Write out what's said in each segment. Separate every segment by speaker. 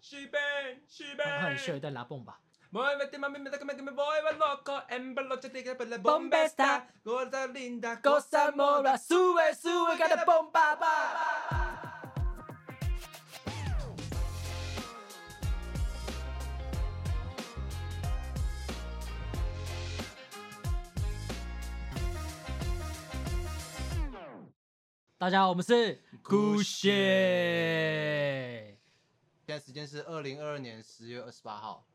Speaker 1: 西边，西边。
Speaker 2: 哦很很适合带拉蹦吧。
Speaker 1: Bombesta, cosa linda, cosa mora,
Speaker 2: sube sube,
Speaker 1: cada
Speaker 2: bomba ba。大家好，我们是
Speaker 1: 姑
Speaker 2: 蟹。
Speaker 3: 现在时间是二零二二年十月二十八号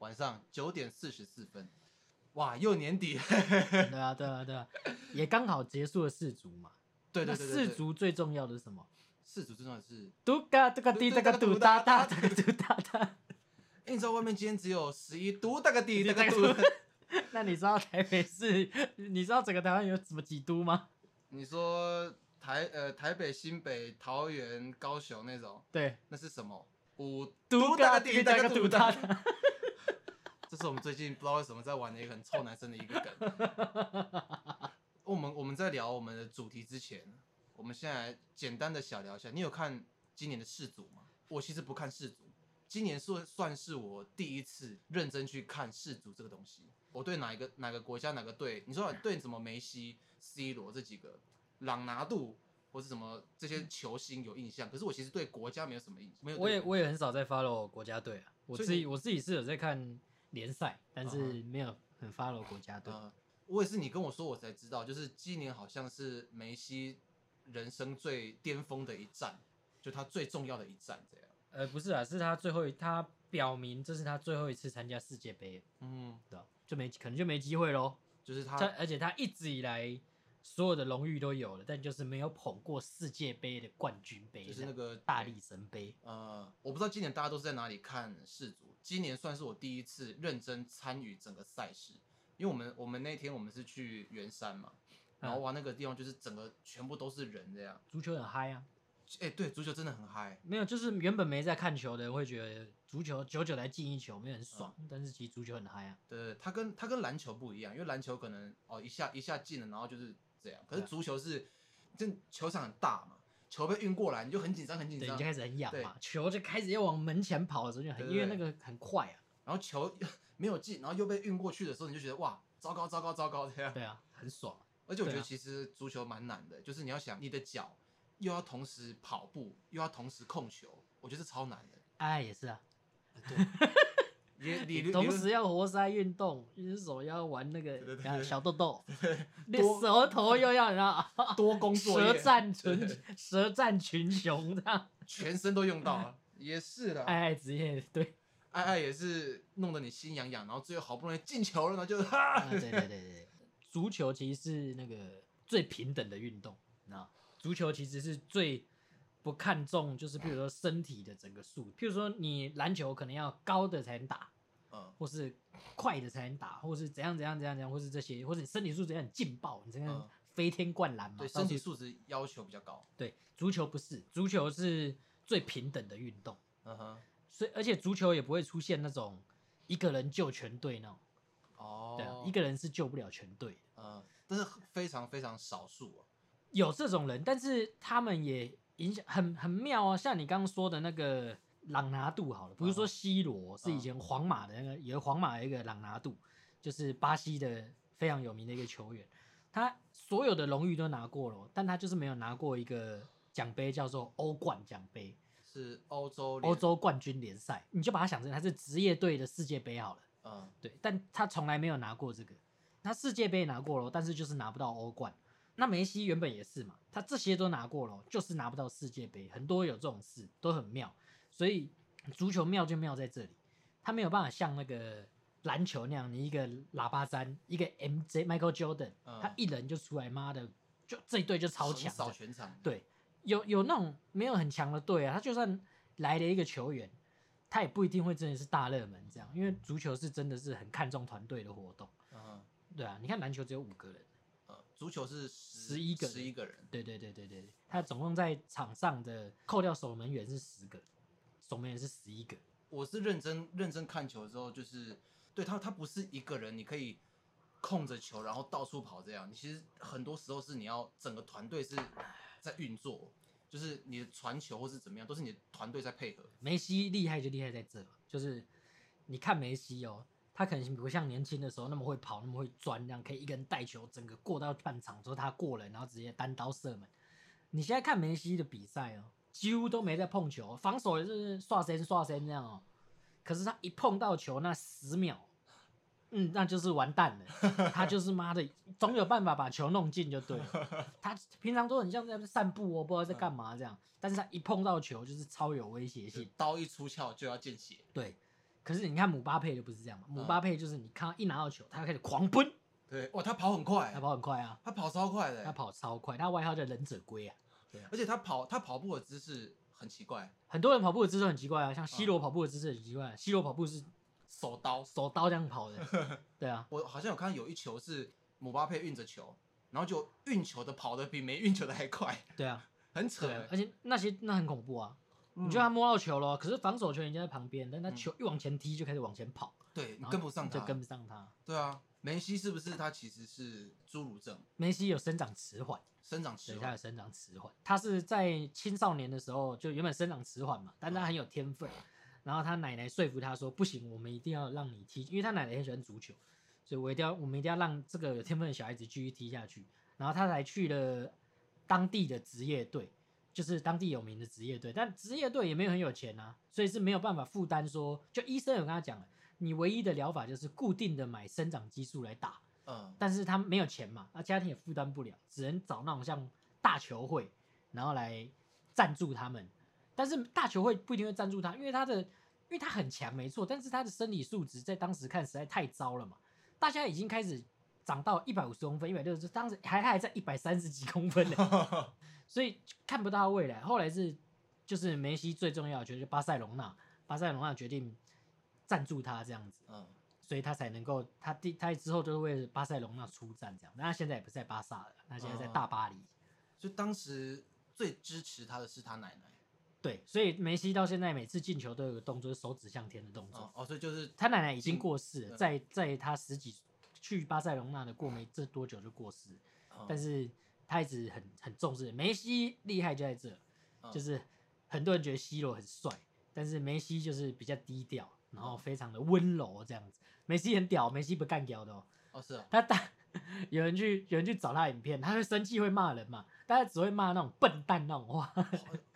Speaker 3: 晚上九点四十四分。哇，又年底，
Speaker 2: 对啊，对啊，对啊，也刚好结束了四组嘛。
Speaker 3: 对对对对对
Speaker 2: 那四足最重要的是什么？
Speaker 3: 四组最重要的是，
Speaker 2: 嘟嘎嘟嘎滴，这
Speaker 3: 嘟
Speaker 2: 个
Speaker 3: 嘎
Speaker 2: 嘟
Speaker 3: 嘟
Speaker 2: 哒
Speaker 3: 哒哒
Speaker 2: 哒，这个嘟哒哒。
Speaker 3: 欸你知道外面今天只有十一度，大个底，大个度。
Speaker 2: 那你知道台北市，你知道整个台湾有什么几都吗？
Speaker 3: 你说台呃台北、新北、桃园、高雄那种，
Speaker 2: 对，
Speaker 3: 那是什么？五
Speaker 2: 嘟嘎滴，这个嘟哒
Speaker 3: 大
Speaker 2: 哒。
Speaker 3: 这是我们最近不知道为什么在玩的一个很臭男生的一个梗。我们我们在聊我们的主题之前，我们先来简单的小聊一下。你有看今年的世足吗？我其实不看世足，今年算算是我第一次认真去看世足这个东西。我对哪一个哪个国家哪个队，你说对什么梅西、C 罗这几个朗拿度或是什么这些球星有印象，可是我其实对国家没有什么印象。没有对
Speaker 2: 我也我也很少在 follow 国家队啊，我
Speaker 3: 所以
Speaker 2: 自己
Speaker 3: 你
Speaker 2: 我自己是有在看联赛，但是
Speaker 3: 嗯
Speaker 2: 没有很 follow 国家队。
Speaker 3: 呃，我也是你跟我说我才知道，就是今年好像是梅西人生最巅峰的一战，就他最重要的一战这样。
Speaker 2: 呃，不是啊，是他最后一，他表明这是他最后一次参加世界杯了，
Speaker 3: 嗯，
Speaker 2: 对吧？就没可能就没机会喽。
Speaker 3: 就是
Speaker 2: 他
Speaker 3: 他
Speaker 2: 而且他一直以来所有的荣誉都有了，但就是没有捧过世界杯的冠军杯，
Speaker 3: 就是那个
Speaker 2: 大力神杯。
Speaker 3: 呃，我不知道今年大家都是在哪里看世足，今年算是我第一次认真参与整个赛事，因为我们我们那天我们是去圆山嘛，然后
Speaker 2: 嗯
Speaker 3: 哇那个地方就是整个全部都是人这样，
Speaker 2: 足球很嗨啊，
Speaker 3: 哎、对，足球真的很嗨，
Speaker 2: 没有，就是原本没在看球的人会觉得足球久久来进一球
Speaker 3: 嗯
Speaker 2: 没有很爽，但是其实足球很嗨啊。
Speaker 3: 对对，对它跟它跟篮球不一样，因为篮球可能哦一下一下进了，然后就是这样。可是
Speaker 2: 对啊
Speaker 3: 足球是，这球场很大嘛，球被运过来你就很紧张很紧
Speaker 2: 对，你
Speaker 3: 张
Speaker 2: 就，开始很痒嘛，球就开始要往门前跑的时候就很，
Speaker 3: 对
Speaker 2: 因
Speaker 3: 对
Speaker 2: 为那个很快啊，
Speaker 3: 然后球没有进，然后又被运过去的时候，你就觉得哇糟糕糟糕糟糕这样。
Speaker 2: 对啊，很爽啊。
Speaker 3: 而且我觉
Speaker 2: 对
Speaker 3: 得
Speaker 2: 啊
Speaker 3: 其实足球蛮难的，就是你要想你的脚又要同时跑步，又要同时控球，我觉得是超难的。
Speaker 2: 哎，也是啊，
Speaker 3: 对， 也理
Speaker 2: 你
Speaker 3: 论
Speaker 2: 同
Speaker 3: 理论
Speaker 2: 时要活塞运动，一只手要玩那
Speaker 3: 对对
Speaker 2: 个
Speaker 3: 对
Speaker 2: 啊小豆豆，那
Speaker 3: 多
Speaker 2: 舌头又要让
Speaker 3: 多工作
Speaker 2: 舌
Speaker 3: 业，
Speaker 2: 战群舌战群雄这样，
Speaker 3: 全身都用到了，也是的。
Speaker 2: 爱爱职业对，
Speaker 3: 爱爱也是弄得你心痒痒，然后最后好不容易进球了，然后就哈、
Speaker 2: 啊对对对对对， 足球其实是那个最平等的运动，那足球其实是最不看重就是譬如说身体的整个速，譬如说你篮球可能要高的才能打，
Speaker 3: 嗯，
Speaker 2: 或是快的才能打，或是怎样怎样怎样怎样，或是这些，或者你身体素质要很劲爆，你这样
Speaker 3: 嗯
Speaker 2: 飞天灌篮嘛，
Speaker 3: 对，
Speaker 2: 到
Speaker 3: 身体
Speaker 2: 处
Speaker 3: 素质要求比较高。
Speaker 2: 对足球不是，足球是最平等的运动。
Speaker 3: 嗯哼，
Speaker 2: 所以而且足球也不会出现那种一个人救全队那种，对啊、
Speaker 3: 哦，
Speaker 2: 一个人是救不了全队的，
Speaker 3: 嗯，但是非常非常少数啊。
Speaker 2: 有这种人，但是他们也影响很很妙哦，像你刚刚说的那个朗拿度好了，不是说 C 罗、是以前皇马的那个，有皇马有一个朗拿度，就是巴西的非常有名的一个球员，他所有的荣誉都拿过了哦，但他就是没有拿过一个奖杯，叫做欧冠奖杯，
Speaker 3: 是欧洲联
Speaker 2: 欧，洲冠军联赛，你就把它想成他是职业队的世界杯好了。
Speaker 3: 嗯，
Speaker 2: 对，但他从来没有拿过这个。他世界杯拿过了，但是就是拿不到欧冠。那梅西原本也是嘛，他这些都拿过了，就是拿不到世界杯。很多有这种事，都很妙。所以足球妙就妙在这里，他没有办法像那个篮球那样，你一个喇叭詹，一个 MJ Michael Jordan，、
Speaker 3: 嗯
Speaker 2: 他一人就出来，妈的，就这一队就超强
Speaker 3: 横
Speaker 2: 的，
Speaker 3: 扫全场，
Speaker 2: 对，有有那种没有很强的队啊，他就算来了一个球员，他也不一定会真的是大热门这样，因为足球是真的是很看重团队的活动。
Speaker 3: 嗯
Speaker 2: 对啊，你看篮球只有五个人，
Speaker 3: 呃，足球是
Speaker 2: 11个人
Speaker 3: 十一个人，
Speaker 2: 对对对对对对，他总共在场上的扣掉守门员是十个，守门员是十一个，
Speaker 3: 我是认真认真看球之后，就是对他，他不是一个人，你可以控着球，然后到处跑这样。你其实很多时候是你要整个团队是在运作，就是你的传球或是怎么样，都是你的团队在配合。
Speaker 2: 梅西厉害就厉害在这，就是你看梅西哦，他可能不像年轻的时候那么会跑，那么会钻，这样可以一个人带球，整个过到半场之后他过人，然后直接单刀射门。你现在看梅西的比赛哦，几乎都没在碰球，防守也是刷身刷身这样哦。可是他一碰到球那十秒，嗯，那就是完蛋了，他就是妈的，总有办法把球弄进就对了。他平常都很像在散步哦，不知道在干嘛这样，但是他一碰到球就是超有威胁
Speaker 3: 就
Speaker 2: 性。
Speaker 3: 刀一出鞘就要见血，
Speaker 2: 对，可是你看姆巴佩就不是这样嘛，
Speaker 3: 嗯
Speaker 2: 姆巴佩就是你看他一拿到球，他就开始狂奔，
Speaker 3: 对，哇，他跑很快、
Speaker 2: 他跑很快啊，
Speaker 3: 他跑超快的、欸
Speaker 2: 他，跑超快，他外号叫忍者龟啊。
Speaker 3: 而且他跑他跑步的姿势很奇怪，
Speaker 2: 很多人跑步的姿势很奇怪啊，像
Speaker 3: 嗯
Speaker 2: C 罗跑步的姿势很奇怪、c 罗跑步是
Speaker 3: 手刀。
Speaker 2: 手刀这样 跑的，对啊，
Speaker 3: 我好像有看到有一球是姆巴佩运着球，然后就运球的跑得比没运球的还快，
Speaker 2: 对啊，
Speaker 3: 很扯、
Speaker 2: 对
Speaker 3: 欸
Speaker 2: 啊，而且那些那很恐怖啊。
Speaker 3: 嗯
Speaker 2: 你觉得他摸到球了，可是防守球员已经在旁边，但他球一往前踢就开始往前跑，
Speaker 3: 对，你
Speaker 2: 然后
Speaker 3: 跟不上他
Speaker 2: 就。跟不上他。
Speaker 3: 对啊，梅西是不是他其实是侏儒症，
Speaker 2: 梅西有生长迟缓，
Speaker 3: 生长迟
Speaker 2: 对，他
Speaker 3: 缓
Speaker 2: 有？生长迟缓。他是在青少年的时候就原本生长迟缓嘛，但
Speaker 3: 嗯
Speaker 2: 他很有天分。然后他奶奶说服他说：“不行，我们一定要让你踢，因为他奶奶很喜欢足球，所以我一定要，我们一定要让这个有天分的小孩子继续踢下去。”然后他才去了当地的职业队，就是当地有名的职业队，但职业队也没有很有钱啊，所以是没有办法负担说，就医生有跟他讲了，你唯一的疗法就是固定的买生长激素来打，
Speaker 3: 嗯，
Speaker 2: 但是他没有钱嘛，啊，家庭也负担不了，只能找那种像大球会，然后来赞助他们。但是大球会不一定会赞助他，因为他的，因为他很强没错，但是他的身体素质在当时看实在太糟了嘛。大家已经开始长到一百五十公分、一百六十，当时还还在一百三十几公分呢， 所以看不到他未来。后来是就是梅西最重要的决定，巴塞隆纳，巴塞隆纳决定赞助他这样子。
Speaker 3: 嗯，
Speaker 2: 所以他才能够他第他之后就是为巴塞隆纳出战这样，但他现在也不是在巴萨了，他现在在
Speaker 3: 哦
Speaker 2: 大巴黎。
Speaker 3: 就当时最支持他的是他奶奶。
Speaker 2: 对，所以梅西到现在每次进球都有个动作，就是手指向天的动作。
Speaker 3: 哦哦，所以就是
Speaker 2: 他奶奶已经过世
Speaker 3: 嗯
Speaker 2: 了，在在他十几去巴塞隆纳的过没这多久就过世了，
Speaker 3: 嗯
Speaker 2: 但是他一直很很重视梅西，厉害就在这，
Speaker 3: 嗯
Speaker 2: 就是很多人觉得 C 罗很帅，但是梅西就是比较低调，然
Speaker 3: 哦
Speaker 2: 后非常的温柔这样子。梅西很屌，梅西不干屌的哦。
Speaker 3: 哦是 哦，
Speaker 2: 他打有人去有人去找他影片，他会生气会骂人嘛，但他只会骂那种笨蛋那种话，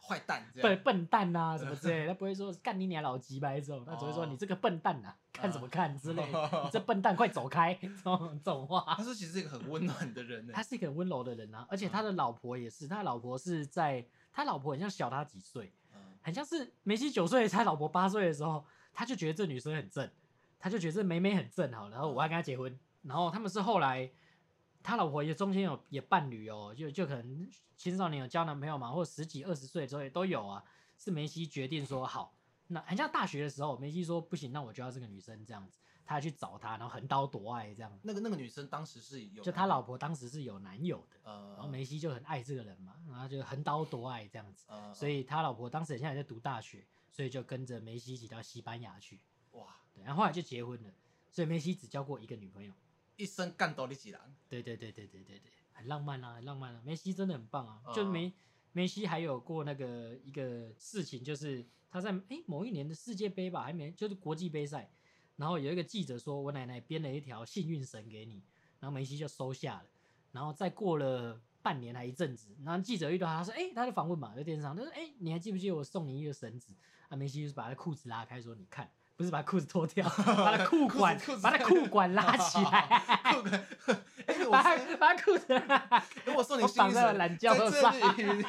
Speaker 3: 坏蛋这
Speaker 2: 笨
Speaker 3: 样。
Speaker 2: 笨蛋啊什么之类的，他不会说干你娘老鸡掰这种，他只会说
Speaker 3: 哦
Speaker 2: 你这个笨蛋啊，看什么看之类的，
Speaker 3: 哦
Speaker 2: 你这笨蛋快走开这种这种话。
Speaker 3: 他说其实是一个很温暖的人呢
Speaker 2: 他。是一个很温柔的人啊，而且
Speaker 3: 嗯
Speaker 2: 他的老婆也是，他老婆是在他老婆很像小他几岁，
Speaker 3: 嗯
Speaker 2: 很像是梅西九岁，他老婆八岁的时候，他就觉得这女生很正，他就觉得这梅梅很正好，然后我要跟他结婚。然后他们是后来，他老婆也中间有也伴侣哦，就就可能青少年有交男朋友嘛，或者十几二十岁之后也都有啊。是梅西决定说好，那很像大学的时候，梅西说不行，那我就要这个女生这样子，他去找她，然后横刀夺爱这样。
Speaker 3: 那个那个女生当时是有
Speaker 2: 就他
Speaker 3: 男
Speaker 2: 老婆当时是有男友的，
Speaker 3: 呃，
Speaker 2: 然后梅西就很爱这个人嘛，然后他就横刀夺爱这样子。
Speaker 3: 呃，
Speaker 2: 所以他老婆当时现在在读大学，所以就跟着梅西一起到西班牙去，
Speaker 3: 哇，
Speaker 2: 对，然后后来就结婚了，所以梅西只交过一个女朋友，
Speaker 3: 一生干到你几郎。
Speaker 2: 对对对对对对对，很浪漫啊，很浪漫啊，梅西真的很棒啊，
Speaker 3: 嗯
Speaker 2: 就梅梅西还有过那个一个事情，就是他在诶某一年的世界杯吧，还没就是国际杯赛，然后有一个记者说我奶奶编了一条幸运绳给你，然后梅西就收下了。然后再过了半年还一阵子，然后记者遇到他，他说：“哎、他就访问嘛，在电视上，他说：‘哎、你还记不记得我送你一个绳子？’啊，梅西就是把他裤子拉开，说：‘你看，不是把裤子脱 掉，把他裤管，
Speaker 3: 裤子裤子
Speaker 2: 把他裤管拉起来，
Speaker 3: 酷哥，哎， 我
Speaker 2: 把
Speaker 3: 是
Speaker 2: 他把他裤子拉开，
Speaker 3: 如果说你
Speaker 2: 我
Speaker 3: 幸
Speaker 2: 绑
Speaker 3: 运
Speaker 2: 在了
Speaker 3: 绳
Speaker 2: 懒觉
Speaker 3: 在
Speaker 2: 上
Speaker 3: 这里，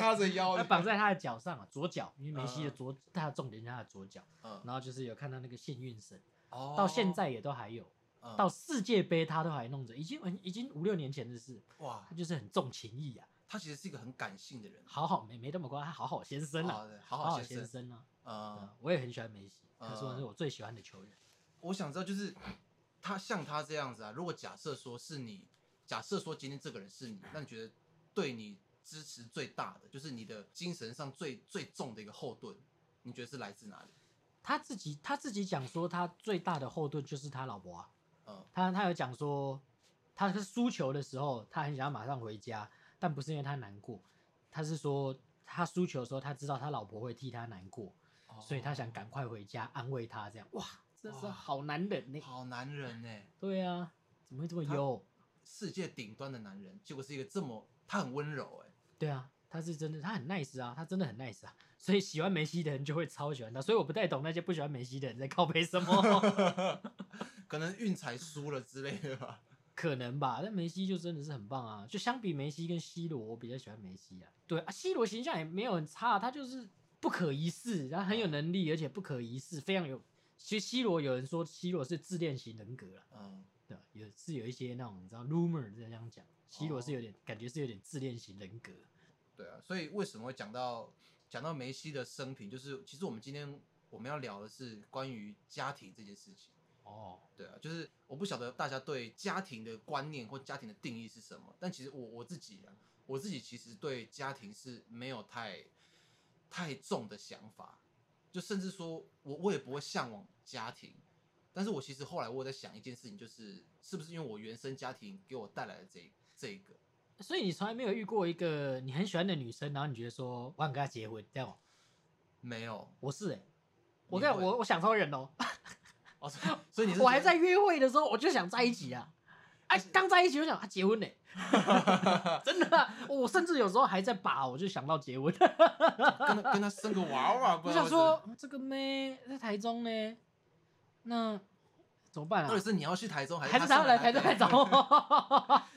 Speaker 3: 插着腰
Speaker 2: 他，绑在他的脚上啊，左脚，因为梅西的
Speaker 3: 嗯
Speaker 2: 左，他的重点是他的左脚。
Speaker 3: 嗯，
Speaker 2: 然后就是有看到那个幸运绳，
Speaker 3: 哦
Speaker 2: 到现在也都还有，
Speaker 3: 嗯
Speaker 2: 到世界杯他都还弄着，已经很已经五六年前的事，
Speaker 3: 哇
Speaker 2: 他，就是很重情义啊，
Speaker 3: 他其实是一个很感性的人，
Speaker 2: 好好没没那么乖，他好好先生啊，
Speaker 3: 好的，哦好
Speaker 2: 好好
Speaker 3: 先
Speaker 2: 先
Speaker 3: 生，
Speaker 2: 生啊。
Speaker 3: 呃，
Speaker 2: 我也很喜欢梅西，
Speaker 3: 嗯
Speaker 2: 他说是我最喜欢的球员。
Speaker 3: 我想知道就是他像他这样子啊，如果假设说是你，假设说今天这个人是你，那你觉得对你支持最大的，就是你的精神上最最重的一个后盾，你觉得是来自哪里？
Speaker 2: 他自己他自己讲说，他最大的后盾就是他老婆啊。
Speaker 3: 嗯
Speaker 2: 他他有讲说，他是输球的时候，他很想要马上回家，但不是因为他难过，他是说他输球的时候，他知道他老婆会替他难过，所以他想赶快回家安慰他，这样哦哇，真是
Speaker 3: 哇
Speaker 2: 好男人呢、
Speaker 3: 好男人呢、
Speaker 2: 对啊，怎么会这么
Speaker 3: 他
Speaker 2: 优？
Speaker 3: 世界顶端的男人，结果是一个这么他很温柔哎、
Speaker 2: 对啊，他是真的，他很 nice 啊，他真的很 nice 啊，所以喜欢梅西的人就会超喜欢他，所以我不太懂那些不喜欢梅西的人在靠背什么，
Speaker 3: 欸 可能运彩输了之类的吧。
Speaker 2: 可能吧？但梅西就真的是很棒啊，就相比梅西跟 C 罗，我比较喜欢梅西啊。对啊，C 罗形象也没有很差，他就是不可一世，然后
Speaker 3: 嗯
Speaker 2: 很有能力，而且不可一世，非常有。其实 C 罗有人说 C 罗是自恋型人格了，
Speaker 3: 嗯，
Speaker 2: 对吧，有是有一些那种你知道 rumor 这样讲，C 罗是
Speaker 3: 哦
Speaker 2: 有点、感觉是有点自恋型人格。
Speaker 3: 对啊，所以为什么会讲到讲到梅西的生平，就是其实我们今天我们要聊的是关于家庭这件事情。
Speaker 2: 哦，
Speaker 3: 对啊，就是我不晓得大家对家庭的观念或家庭的定义是什么，但其实我我自己啊，我自己其实对家庭是没有太太重的想法，就甚至说我我也不会向往家庭。但是我其实后来我有在想一件事情，就是是不是因为我原生家庭给我带来的这一这一个，
Speaker 2: 所以你从来没有遇过一个你很喜欢的女生，然后你觉得说我想跟她结婚，这样哦？
Speaker 3: 没有，
Speaker 2: 我是哎、我
Speaker 3: 你
Speaker 2: 跟
Speaker 3: 会
Speaker 2: 我我想超人哦，
Speaker 3: 哦，所以所以你是
Speaker 2: 我还
Speaker 3: 觉
Speaker 2: 在
Speaker 3: 得，嗯
Speaker 2: 约会的时候我就想在一起啊，哎、刚在一起就想啊结 婚呢、真的啊、我甚至有时候还在把我就想到结婚，
Speaker 3: 跟他跟他生个娃娃，不
Speaker 2: 我
Speaker 3: 然
Speaker 2: 想
Speaker 3: 会
Speaker 2: 说嗯这个妹在台中呢，那怎么办
Speaker 3: 是，
Speaker 2: 啊
Speaker 3: 到底？是你要去台中，还
Speaker 2: 还是
Speaker 3: 是
Speaker 2: 他
Speaker 3: 送
Speaker 2: 来台中来找？我，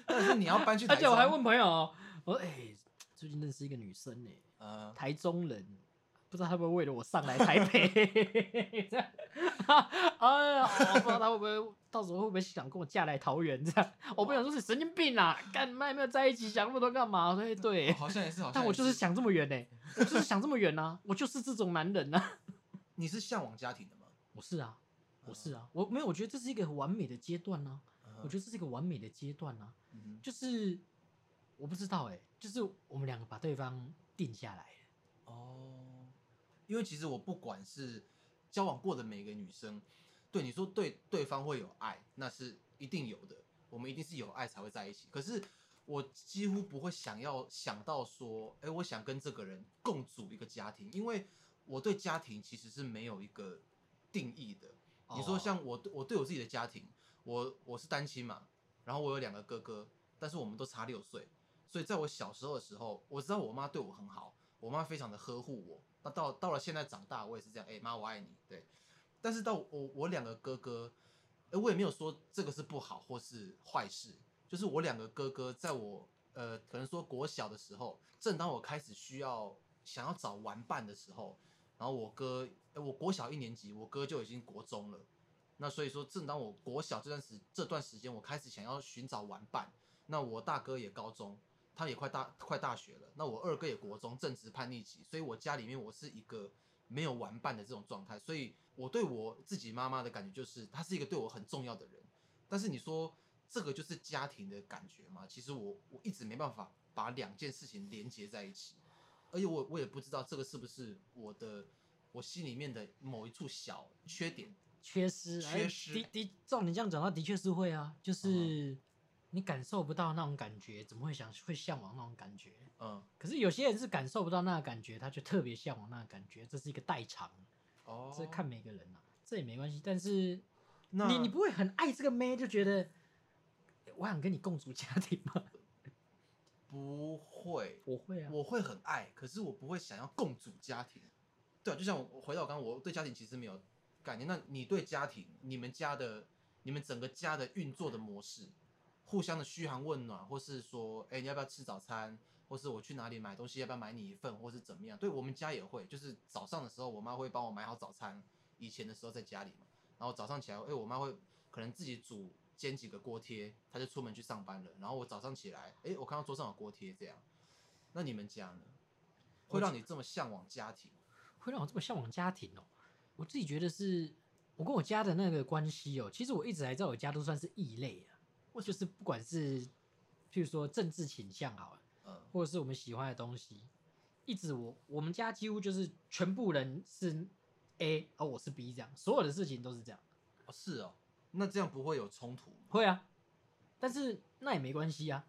Speaker 3: 到底是你要搬 去台
Speaker 2: 而
Speaker 3: 中？
Speaker 2: 且我还问朋友哦，我说哎、最近认识一个女生呢、
Speaker 3: 呃，
Speaker 2: 台中人，不知道他们为了我上来台北， 这样，哎呀，我不知道他会不会到时候会不会想跟我嫁来桃园这样。我朋友说是神经病啊，干你妈也没有在一起，想那么多干嘛？对 对
Speaker 3: 哦，好像也是，好像
Speaker 2: 但我
Speaker 3: 也
Speaker 2: 就是想这么远呢、我就是想这么远啊，我就是这种男人啊。
Speaker 3: 你是向往家庭的吗？
Speaker 2: 我是啊，我是啊，我没有，我觉得这是一个很完美的阶段啊，我觉
Speaker 3: 得，
Speaker 2: 得这是一个完美的阶段啊，
Speaker 3: 嗯
Speaker 2: 就是我不知道哎、就是我们两个把对方定下来了。
Speaker 3: 哦，因为其实我不管是交往过的每个女生，对你说对对方会有爱，那是一定有的，我们一定是有爱才会在一起。可是我几乎不会想要想到说，哎，我想跟这个人共组一个家庭，因为我对家庭其实是没有一个定义的。你说
Speaker 2: 哦
Speaker 3: 像我，我对我自己的家庭，我我是单亲嘛，然后我有两个哥哥，但是我们都差六岁，所以在我小时候的时候，我知道我妈对我很好，我妈非常的呵护我。那到到了现在长大，我也是这样，哎、妈，我爱你。对，但是到我我两个哥哥，哎、我也没有说这个是不好或是坏事，就是我两个哥哥在我呃，可能说国小的时候，正当我开始需要想要找玩伴的时候，然后我哥，呃我国小一年级，我哥就已经国中了。那所以说，正当我国小这段时这段时间，我开始想要寻找玩伴。那我大哥也高中，他也快大快大学了。那我二哥也国中，正值叛逆期，所以我家里面我是一个没有玩伴的这种状态。所以我对我自己妈妈的感觉就是，她是一个对我很重要的人。但是你说这个就是家庭的感觉吗？其实我我一直没办法把两件事情连接在一起，而且我我也不知道这个是不是我的我心里面的某一处小缺点。
Speaker 2: 缺失，哎
Speaker 3: 缺失
Speaker 2: 的的，照你这样讲，那的确是会啊，
Speaker 3: 嗯
Speaker 2: 就是你感受不到那种感觉，怎么会想会向往那种感觉？
Speaker 3: 嗯，
Speaker 2: 可是有些人是感受不到那个感觉，他就特别向往那个感觉，这是一个代偿，
Speaker 3: 哦
Speaker 2: 这看每个人啊，这也没关系。但是
Speaker 3: 那
Speaker 2: 你你不会很爱这个妹，就觉得欸我想跟你共组家庭吗？
Speaker 3: 不会，
Speaker 2: 我会啊，
Speaker 3: 我会很爱，可是我不会想要共组家庭。对啊，就像我我回到刚刚，我对家庭其实没有概念。那你对家庭，你们家的，你们整个家的运作的模式，互相的嘘寒问暖，或是说，哎、你要不要吃早餐，或是我去哪里买东西，要不要买你一份，或是怎么样？对我们家也会，就是早上的时候，我妈会帮我买好早餐。以前的时候在家里嘛，然后早上起来，哎、我妈会可能自己煮煎几个锅贴，她就出门去上班了。然后我早上起来，哎、我看到桌上有锅贴，这样。那你们家呢？会让你这么向往家庭？
Speaker 2: 会让我这么向往家庭哦。我自己觉得是我跟我家的那个关系哦，其实我一直还在我家都算是异类啊。
Speaker 3: 我
Speaker 2: 就是不管是譬如说政治倾向好了，
Speaker 3: 呃，
Speaker 2: 或者是我们喜欢的东西，一直我我们家几乎就是全部人是 A，而我是 B 这样，所有的事情都是这样。
Speaker 3: 哦是哦，那这样不会有冲突吗？
Speaker 2: 会啊，但是那也没关系啊，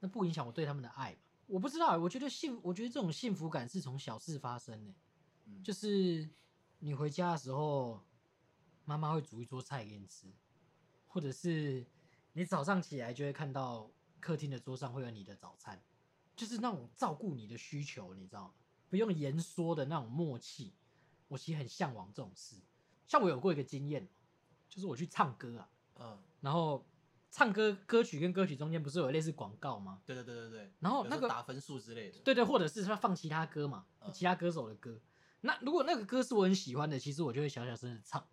Speaker 2: 那不影响我对他们的爱嘛。我不知道欸，我觉得幸，我觉得这种幸福感是从小事发生欸的、
Speaker 3: 嗯
Speaker 2: 就是你回家的时候，妈妈会煮一桌菜给你吃，或者是你早上起来就会看到客厅的桌上会有你的早餐，就是那种照顾你的需求，你知道吗？不用言说的那种默契，我其实很向往这种事。像我有过一个经验，就是我去唱歌啊，
Speaker 3: 嗯，
Speaker 2: 然后唱歌歌曲跟歌曲中间不是有类似广告吗？
Speaker 3: 对对对对对。
Speaker 2: 然后
Speaker 3: 有时
Speaker 2: 那
Speaker 3: 候
Speaker 2: 个
Speaker 3: 打分数之类的，
Speaker 2: 对对，或者是他放其他歌嘛，
Speaker 3: 嗯
Speaker 2: 其他歌手的歌。那如果那个歌是我很喜欢的，其实我就会小小声的唱。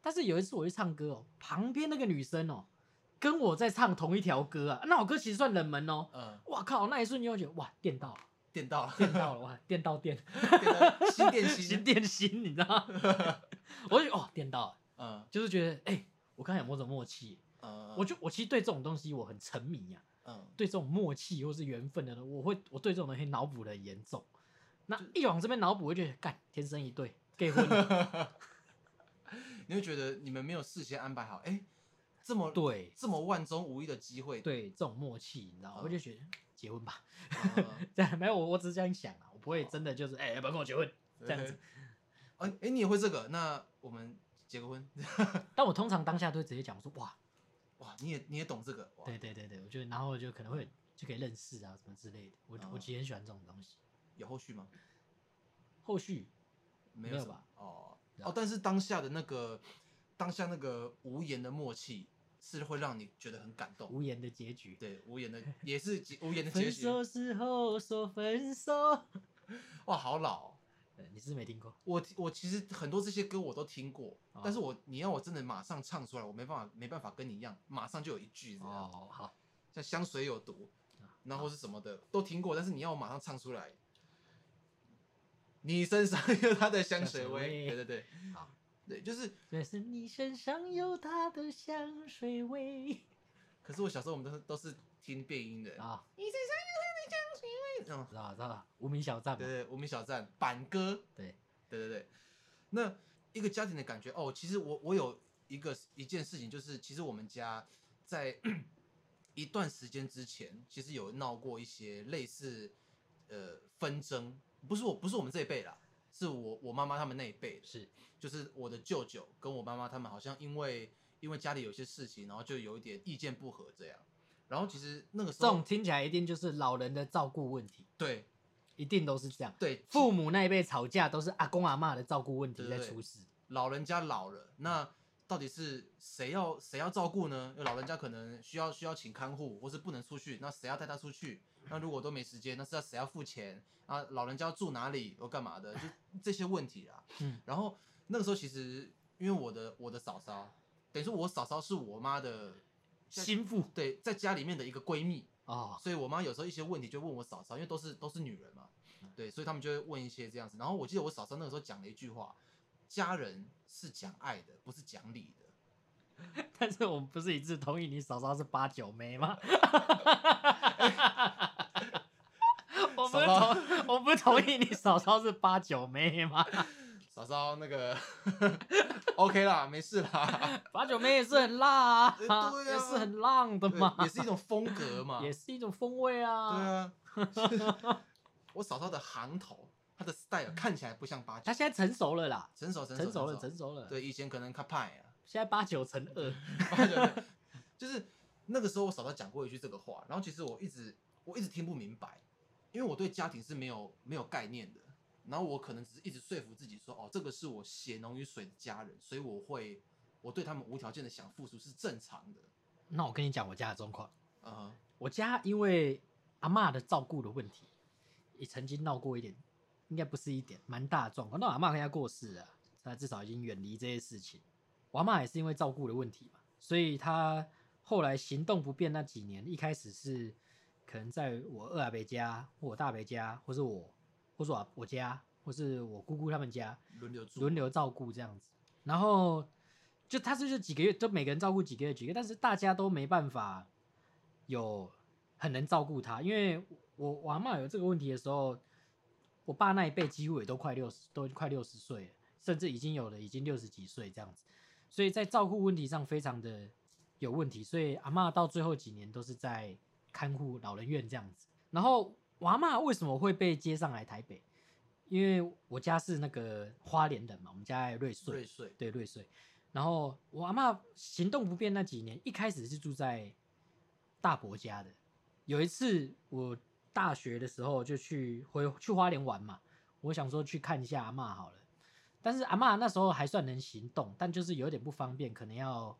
Speaker 2: 但是有一次我去唱歌哦，旁边那个女生哦，跟我在唱同一条歌啊，那首歌其实算冷门哦。
Speaker 3: 嗯，
Speaker 2: 哇靠！那一瞬间我觉得哇，电到了，
Speaker 3: 电到了，
Speaker 2: 电到了，哇，电到 电，
Speaker 3: 电到了新 电
Speaker 2: 心
Speaker 3: 新，
Speaker 2: 电心，你知道吗？ 我就哦，电到了，
Speaker 3: 嗯
Speaker 2: 就是觉得哎、我刚才有某种默契，
Speaker 3: 嗯，
Speaker 2: 我就我其实对这种东西我很沉迷啊呀、
Speaker 3: 嗯
Speaker 2: 对这种默契或是缘分的东西，我会我对这种东西脑补的很严重。那一往这边脑补，我就觉得干天生一对，给婚
Speaker 3: 你会觉得你们没有事先安排好，哎、这么
Speaker 2: 对
Speaker 3: 这么万中无一的机会，
Speaker 2: 对这种默契，你知道吗？
Speaker 3: 嗯
Speaker 2: 我就觉得结婚吧，
Speaker 3: 嗯，
Speaker 2: 这样没有我我只是这样想啊，我不
Speaker 3: 哦
Speaker 2: 会真的就是哎、要不要跟我结婚 这样子
Speaker 3: 对。哎、哎你也会这个，那我们结个婚，
Speaker 2: 但我通常当下都会直接讲我说哇，
Speaker 3: 哇，你也你也懂这个，哇
Speaker 2: 对，对对对，我就然后就可能会就可以认识啊什么之类的。我、我
Speaker 3: 嗯
Speaker 2: 其实很喜欢这种东西。
Speaker 3: 有后续吗？
Speaker 2: 后续
Speaker 3: 没
Speaker 2: 没
Speaker 3: 有
Speaker 2: 有
Speaker 3: 什么
Speaker 2: 吧？
Speaker 3: 哦
Speaker 2: 对啊
Speaker 3: 哦，但是当下的那个当下那个无言的默契，是会让你觉得很感动。
Speaker 2: 无言的结局，
Speaker 3: 对，无言的也是结无言的结
Speaker 2: 分
Speaker 3: 局。
Speaker 2: 手时候说分手，
Speaker 3: 哇，好老哦、
Speaker 2: 呃你是不是没听过？
Speaker 3: 我我其实很多这些歌我都听过，
Speaker 2: 哦
Speaker 3: 但是我你要我真的马上唱出来，我没办法没办法跟你一样，马上就有一句这样，
Speaker 2: 哦，好，
Speaker 3: 像香水有毒
Speaker 2: 啊，
Speaker 3: 然后是什么的都听过，但是你要我马上唱出来，你身上 有它的香水味，
Speaker 2: 香水味
Speaker 3: 对对对，
Speaker 2: 好，
Speaker 3: 对，就是。
Speaker 2: 对，是你身上有他的香水味
Speaker 3: 可是我小时候我们都是都是听变音的，
Speaker 2: 啊，
Speaker 3: 你身上有它的香水味，嗯，
Speaker 2: 知道知道，无名小站
Speaker 3: 对
Speaker 2: 嘛，
Speaker 3: 对，无名小站板歌，
Speaker 2: 对，
Speaker 3: 对对对，那一个家庭的感觉哦，其实我我有一个一件事情，就是其实我们家在一段时间之前，其实有闹过一些类似呃纷争，不是我不是我们这一辈啦，是我我妈妈他们那一辈的，
Speaker 2: 是
Speaker 3: 就是我的舅舅跟我妈妈他们好像因为因为家里有些事情，然后就有一点意见不合这样。然后其实那个时
Speaker 2: 这
Speaker 3: 候
Speaker 2: 种，听起来一定就是老人的照顾问题，
Speaker 3: 对
Speaker 2: 一定都是这样。
Speaker 3: 对，
Speaker 2: 父母那一辈吵架都是阿公阿嬷的照顾问题
Speaker 3: 对
Speaker 2: 在
Speaker 3: 对
Speaker 2: 出事，
Speaker 3: 老人家老了，那到底是谁要谁要照顾呢？因为老人家可能需要需要请看护，或是不能出去，那谁要带他出去？那如果都没时间，那是要谁要付钱？啊，老人家要住哪里或干嘛 的？就这些问题啦。
Speaker 2: 嗯，
Speaker 3: 然后那个时候其实因为我的我的嫂嫂，等于说我嫂嫂是我妈的在
Speaker 2: 心腹
Speaker 3: 对在家里面的一个闺蜜，
Speaker 2: 哦，
Speaker 3: 所以我妈有时候一些问题就问我嫂嫂，因为都是都是女人嘛，
Speaker 2: 嗯
Speaker 3: 对，所以他们就会问一些这样子。然后我记得我嫂嫂那个时候讲了一句话：家人是讲爱的，不是讲理的。
Speaker 2: 但是我们不是一致同意你嫂嫂是八九妹吗？ 我不是
Speaker 3: 嫂
Speaker 2: 同，我不是同意你嫂嫂是八九妹吗？
Speaker 3: 嫂嫂那 个 OK 啦，没事啦，
Speaker 2: 八九妹也是很辣啊，
Speaker 3: 对啊
Speaker 2: 也是很浪的嘛
Speaker 3: 对，也是一种风格嘛，
Speaker 2: 也
Speaker 3: 对
Speaker 2: 是一种风味啊。，
Speaker 3: 啊。我嫂嫂的行头，她的 style 看起来不像八九
Speaker 2: 他，现在成熟了啦，
Speaker 3: 成熟成熟
Speaker 2: 成熟了，成熟了。，
Speaker 3: 对，以前可能看派啊，
Speaker 2: 现在八九乘二，
Speaker 3: 对对对就是那个时候我嫂嫂讲过一句这个话，然后其实我一直我一直听不明白，因为我对家庭是没有没有概念的，然后我可能只是一直说服自己说，哦，这个是我血浓于水的家人，所以我会我对他们无条件的想付出是正常的，
Speaker 2: 那我跟你讲我家的状况，
Speaker 3: 呃，
Speaker 2: 我家因为阿嬷的照顾的问题，也曾经闹过一点，应该不是一点，蛮大的状况。那我阿嬷现在过世了，她至少已经远离这些事情。我阿嬷也是因为照顾的问题嘛，所以她后来行动不便那几年，一开始是可能在我二阿伯家，或我大伯家，或是我，或是我我家，或是我姑姑他们家，
Speaker 3: 轮流住，
Speaker 2: 轮流照顾这样子。然后就他就是几个月，就每个人照顾几个月几个月，但是大家都没办法有很能照顾他，因为我我阿嬷有这个问题的时候，我爸那一辈几乎也都快六十，都快六十岁了，甚至已经有的已经六十几岁这样子，所以在照顾问题上非常的有问题，所以阿嬷到最后几年都是在看护老人院这样子。然后我阿嬷为什么会被接上来台北？因为我家是那个花莲人嘛，我们家在瑞穗，
Speaker 3: 瑞穗，
Speaker 2: 对瑞穗。然后我阿嬷行动不便那几年，一开始是住在大伯家的。有一次我大学的时候就去回去花莲玩嘛，我想说去看一下阿嬷好了。但是阿嬷那时候还算能行动，但就是有点不方便，可能要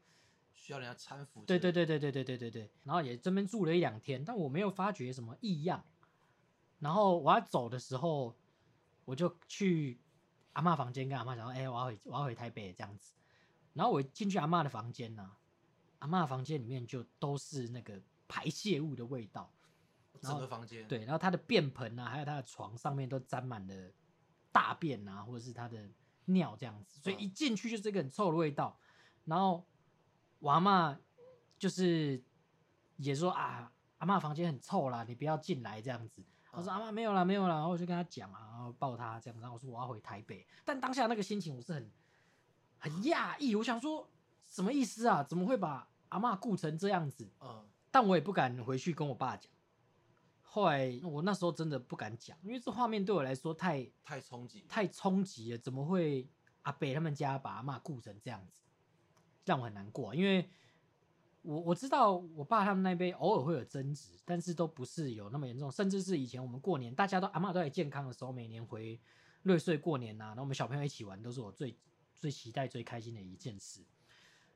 Speaker 3: 需要人家搀扶。
Speaker 2: 对对，对对对对对对对，然后也这边住了一两天，但我没有发觉什么异样。然后我要走的时候，我就去阿嬷房间跟阿嬷讲说：“哎、我要回我要回台北这样子。”然后我进去阿嬷的房间呢、阿嬷的房间里面就都是那个排泄物的味道，然
Speaker 3: 整
Speaker 2: 后
Speaker 3: 个房间。，
Speaker 2: 对，然后她的便盆啊，还有她的床上面都沾满了大便啊，或者是她的尿这样子，所以
Speaker 3: 嗯
Speaker 2: 一进去就是一个很臭的味道。然后我阿嬷就是也说啊，阿嬷房间很臭啦，你不要进来这样子。我
Speaker 3: 嗯
Speaker 2: 说阿嬷没有啦，没有啦，然后我就跟她讲啊，然后抱她这样，然后我说我要回台北，但当下那个心情我是很很讶异，我想说什么意思啊？怎么会把阿嬷顾成这样子？
Speaker 3: 嗯，
Speaker 2: 但我也不敢回去跟我爸讲。后来我那时候真的不敢讲，因为这画面对我来说太
Speaker 3: 太冲击。
Speaker 2: 太冲击了，怎么会阿北他们家把阿妈顾成这样子，让我很难过啊、因为我我知道我爸他们那边偶尔会有争执，但是都不是有那么严重，甚至是以前我们过年大家都阿妈都还健康的时候，每年回瑞穗过年呐、啊然后我们小朋友一起玩，都是我最最期待、最开心的一件事。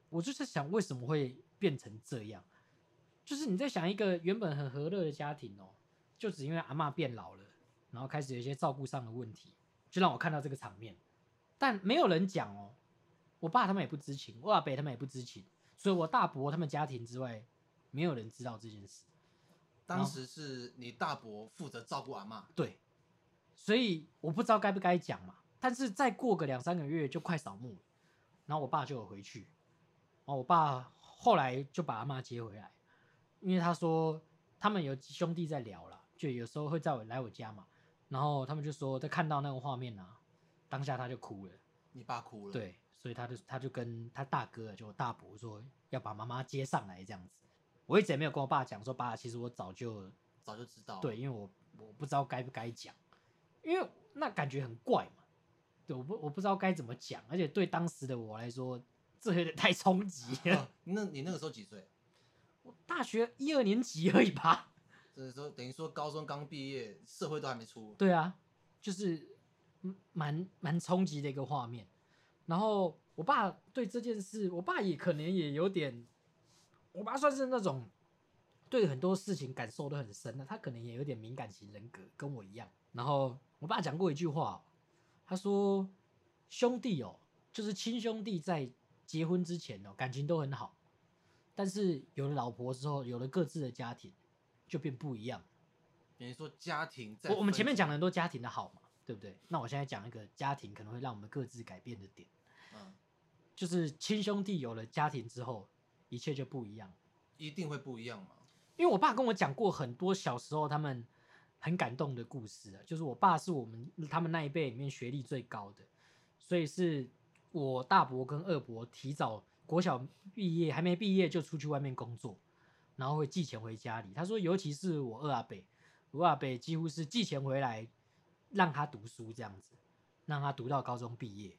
Speaker 2: 我就是想，为什么会变成这样？就是你在想一个原本很和乐的家庭哦、就只因为阿嬷变老了，然后开始有一些照顾上的问题，就让我看到这个场面。但没有人讲哦，我爸他们也不知情，我阿伯他们也不知情，所以我大伯他们家庭之外，没有人知道这件事。
Speaker 3: 当时是你大伯负责照顾阿妈，
Speaker 2: 对，所以我不知道该不该讲嘛。但是再过个两三个月就快扫墓了，然后我爸就有回去，然后我爸后来就把阿妈接回来，因为他说他们有兄弟在聊啦，就有时候会在我来我家嘛，然后他们就说他看到那个画面啊，当下他就哭了。
Speaker 3: 你爸哭了。，
Speaker 2: 对，所以他就他就跟他大哥，啊就我大伯说要把妈妈接上来这样子。我一直也没有跟我爸讲说，爸，其实我早就
Speaker 3: 早就知道。
Speaker 2: 对，，因为我我不知道该不该讲，因为那感觉很怪嘛。对，我不我不知道该怎么讲，而且对当时的我来说，这有点太冲击了。
Speaker 3: 嗯那你那个时候几岁？
Speaker 2: 我大学一二年级而已吧。
Speaker 3: 就是说，等于说高中刚毕业，社会都还没出。
Speaker 2: 对啊，就是嗯蛮蛮冲击的一个画面。然后我爸对这件事，我爸也可能也有点，我爸算是那种对很多事情感受都很深的，他可能也有点敏感型人格，跟我一样。然后我爸讲过一句话哦、他说：“兄弟哦，就是亲兄弟在结婚之前哦，感情都很好，但是有了老婆之后，有了各自的家庭，就变不一样了。”
Speaker 3: 等于说家庭在
Speaker 2: 我我们前面
Speaker 3: 分
Speaker 2: 讲了很多家庭的好嘛，对不对？那我现在讲一个家庭可能会让我们各自改变的点，
Speaker 3: 嗯，
Speaker 2: 就是亲兄弟有了家庭之后，一切就不一样。
Speaker 3: 一定会不一样嘛。
Speaker 2: 因为我爸跟我讲过很多小时候他们很感动的故事啊，就是我爸是我们他们那一辈里面学历最高的，所以是我大伯跟二伯提早国小毕业还没毕业就出去外面工作，然后会寄钱回家里。他说，尤其是我二阿伯，我二阿伯几乎是寄钱回来让他读书这样子，让他读到高中毕业，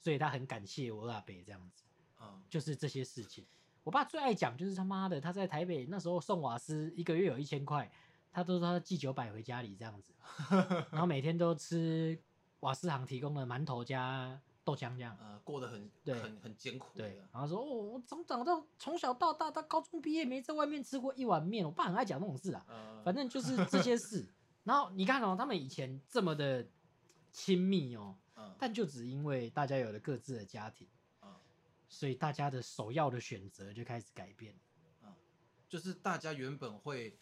Speaker 2: 所以他很感谢我二阿伯这样子。
Speaker 3: 嗯，
Speaker 2: 就是这些事情。我爸最爱讲就是他妈的，他在台北那时候送瓦斯，一个月有一千块，他都说他寄九百回家里这样子，然后每天都吃瓦斯行提供的馒头加豆浆这样。
Speaker 3: 呃，过得很
Speaker 2: 对
Speaker 3: 很很艰苦的。
Speaker 2: 对，然后说哦，我从长到从小到大到高中毕业没在外面吃过一碗面，我爸很爱讲这种事啊。
Speaker 3: 呃，
Speaker 2: 反正就是这些事。然后你看哦，他们以前这么的亲密哦，
Speaker 3: 嗯
Speaker 2: 但就只因为大家有了各自的家庭，
Speaker 3: 嗯
Speaker 2: 所以大家的首要的选择就开始改变。
Speaker 3: 就是大家原本会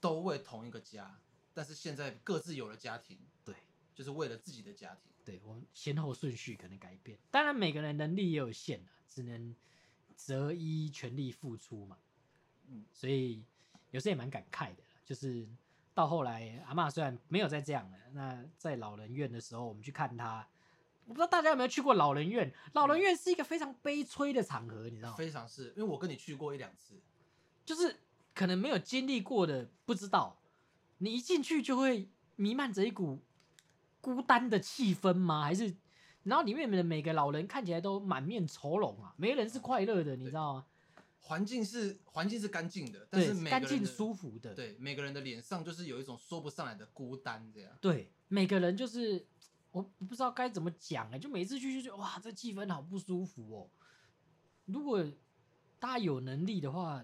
Speaker 3: 都为同一个家，但是现在各自有了家庭，
Speaker 2: 对，
Speaker 3: 就是为了自己的家庭。
Speaker 2: 对我们先后顺序可能改变。当然，每个人能力也有限啊，只能择一全力付出嘛。
Speaker 3: 嗯，
Speaker 2: 所以有时候也蛮感慨的啦，就是到后来阿嬷虽然没有再这样了，那在老人院的时候，我们去看她。我不知道大家有没有去过老人院？老人院是一个非常悲催的场合，你知道吗？
Speaker 3: 非常是因为我跟你去过一两次，
Speaker 2: 就是可能没有经历过的不知道，你一进去就会弥漫着一股孤单的气氛吗？还是然后里面的每个老人看起来都满面愁容啊，没人是快乐的，你知道吗？
Speaker 3: 环境是环境是干净的，但
Speaker 2: 对，
Speaker 3: 是每个
Speaker 2: 干
Speaker 3: 人
Speaker 2: 净
Speaker 3: 的
Speaker 2: 舒服的，
Speaker 3: 对每个人的脸上就是有一种说不上来的孤单，这样
Speaker 2: 对，每个人就是我不知道该怎么讲哎、就每次去就觉得哇，这气氛好不舒服哦。如果大家有能力的话，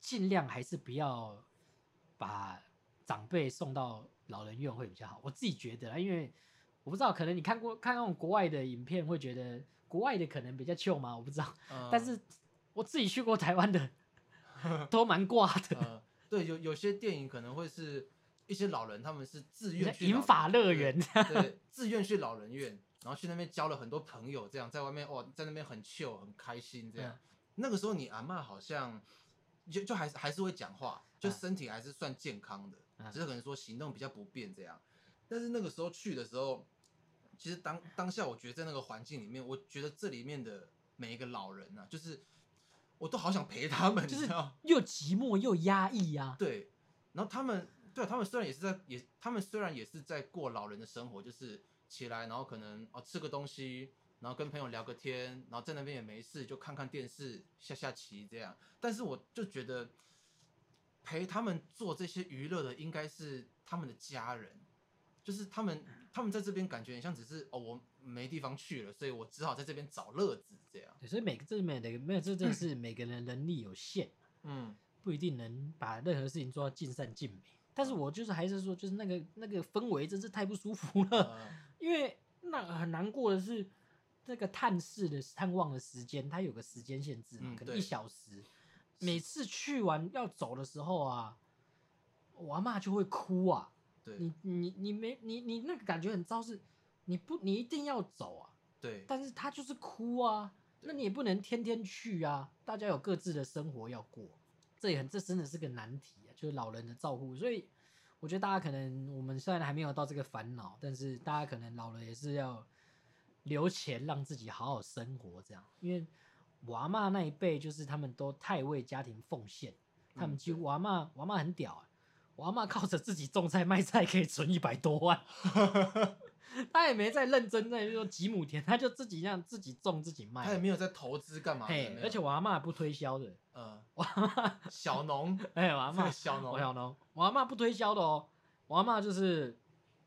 Speaker 2: 尽量还是不要把长辈送到老人院会比较好。我自己觉得啦，因为我不知道，可能你看过看那种国外的影片，会觉得国外的可能比较 chill 嘛，我不知道。
Speaker 3: 呃
Speaker 2: 但是我自己去过台湾的，都蛮挂的。
Speaker 3: 呃，对，有有些电影可能会是一些老人，他们是自
Speaker 2: 你
Speaker 3: 愿
Speaker 2: 看
Speaker 3: 去老
Speaker 2: 银发乐
Speaker 3: 对
Speaker 2: 园，
Speaker 3: 对，自愿去老人院，然后去那边交了很多朋友，这样在外面哇，在那边很 chill 很开心这样。
Speaker 2: 嗯
Speaker 3: 那个时候你阿嬷好像就就还是还是会讲话，就
Speaker 2: 嗯
Speaker 3: 身体还是算健康的，
Speaker 2: 嗯
Speaker 3: 只是可能说行动比较不便这样。但是那个时候去的时候，其实当当下我觉得在那个环境里面，我觉得这里面的每一个老人啊，就是我都好想陪他们，
Speaker 2: 就
Speaker 3: 你
Speaker 2: 是
Speaker 3: 知道吗
Speaker 2: 又寂寞又压抑啊。
Speaker 3: 对，然后他们对他们虽然也是在也，他们虽然也是在过老人的生活，就是起来然后可能哦吃个东西，然后跟朋友聊个天，然后在那边也没事就看看电视、下下棋这样。但是我就觉得陪他们做这些娱乐的应该是他们的家人。就是他们，他们在这边感觉很像只是哦，我没地方去了，所以我只好在这边找乐子这样。
Speaker 2: 对，所以每个这每个没有这真的是每个人能力有限，
Speaker 3: 嗯，
Speaker 2: 不一定能把任何事情做到尽善尽美。但是
Speaker 3: 嗯
Speaker 2: 我就是还是说，就是那个那个氛围真是太不舒服了，
Speaker 3: 呃
Speaker 2: 因为那很难过的是，那个探视的探望的时间，它有个时间限制嘛，
Speaker 3: 嗯
Speaker 2: 可能
Speaker 3: 对
Speaker 2: 一小时。每次去完要走的时候啊，我阿妈就会哭啊，
Speaker 3: 对
Speaker 2: 你你你没你你那个感觉很糟，是你不你一定要走啊，
Speaker 3: 对
Speaker 2: 但是他就是哭啊，那你也不能天天去啊，大家有各自的生活要过，这也很这真的是个难题啊，就是老人的照顾，所以我觉得大家可能我们虽然还没有到这个烦恼，但是大家可能老了也是要留钱让自己好好生活这样，因为我阿嬷那一辈就是他们都太为家庭奉献，他
Speaker 3: 嗯
Speaker 2: 们几乎我阿嬷我阿嬷很屌、啊，我阿嬷靠着自己种菜卖菜可以存一百 多万。他也没在认真在说几亩田，他就自己这样自己种自己
Speaker 3: 他也
Speaker 2: 卖。
Speaker 3: 没有在投资干嘛的
Speaker 2: 嘿
Speaker 3: 没，有
Speaker 2: 而且我阿妈不推销的，
Speaker 3: 呃，
Speaker 2: 我阿妈，
Speaker 3: 小农，
Speaker 2: 哎，嗯我阿
Speaker 3: 这
Speaker 2: 妈
Speaker 3: 个，小农，
Speaker 2: 我小农，我阿妈不推销的哦。我阿妈就是，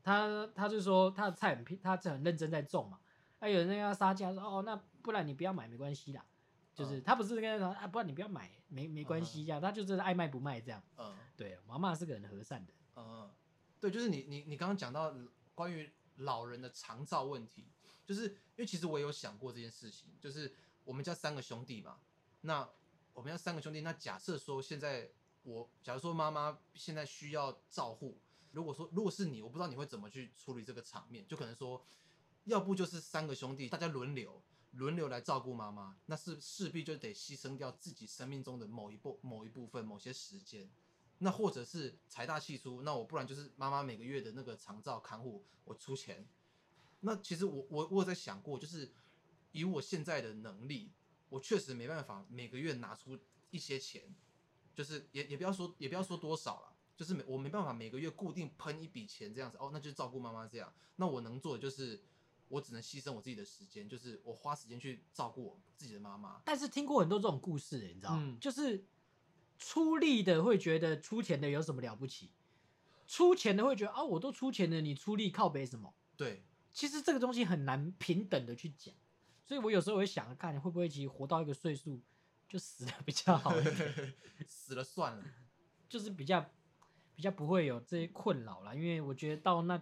Speaker 2: 她，她就说她的菜很便，她是很认真在种嘛。那、有人要杀价说，哦，那不然你不要买没关系啦。就是
Speaker 3: 嗯
Speaker 2: 她不是跟她说啊，不然你不要买，没没关系这样，她就是爱卖不卖这样。
Speaker 3: 嗯
Speaker 2: 对，我阿妈是个很和善的，
Speaker 3: 嗯，对，就是你你你刚刚讲到关于老人的长照问题，就是因为其实我也有想过这件事情，就是我们家三个兄弟嘛，那我们家三个兄弟，那假设说现在我，假如说妈妈现在需要照护，如果说如果是你，我不知道你会怎么去处理这个场面，就可能说，要不就是三个兄弟大家轮流轮流来照顾妈妈，那是势必就得牺牲掉自己生命中的某一部某一部分某些时间。那或者是财大气粗，那我不然就是妈妈每个月的那个长照看护我出钱。那其实我我我有在想过，就是以我现在的能力，我确实没办法每个月拿出一些钱，就是也也不要说也不要说多少了，就是每我没办法每个月固定喷一笔钱这样子哦，那就是照顾妈妈这样。那我能做的就是，我只能牺牲我自己的时间，就是我花时间去照顾我自己的妈妈。
Speaker 2: 但是听过很多这种故事，欸你知道，吗？
Speaker 3: 嗯
Speaker 2: 就是出力的会觉得出钱的有什么了不起，出钱的会觉得啊，我都出钱了，你出力靠北什么？
Speaker 3: 对，
Speaker 2: 其实这个东西很难平等的去讲，所以我有时候会想，看会不会其实活到一个岁数就死的比较好一点，
Speaker 3: 死了算了。
Speaker 2: 就是比较比较不会有这些困扰啦。因为我觉得到那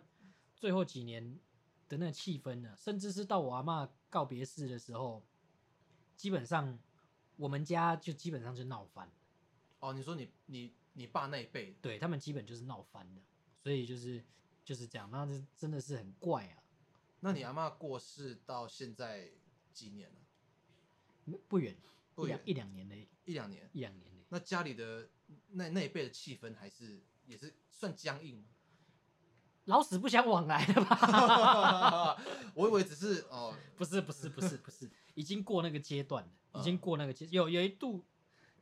Speaker 2: 最后几年的那个气氛呢，甚至是到我阿嬷告别式的时候，基本上我们家就基本上就闹翻了。
Speaker 3: 哦，你说你你你爸那一辈，
Speaker 2: 对他们基本就是闹翻的，所以就是就是这样，那这真的是很怪啊，
Speaker 3: 那你阿嬷过世到现在几年了？
Speaker 2: 嗯不远，
Speaker 3: 不
Speaker 2: 一
Speaker 3: 远
Speaker 2: 两一两年的，一
Speaker 3: 一两年。
Speaker 2: 两年的，
Speaker 3: 那家里的那那一辈的气氛还是也是算僵硬吗？
Speaker 2: 老死不相往来了吧？
Speaker 3: 我以为只是哦，
Speaker 2: 不是不是不是不是，已经过那个阶段了，已
Speaker 3: 嗯
Speaker 2: 经过那个阶，有有一度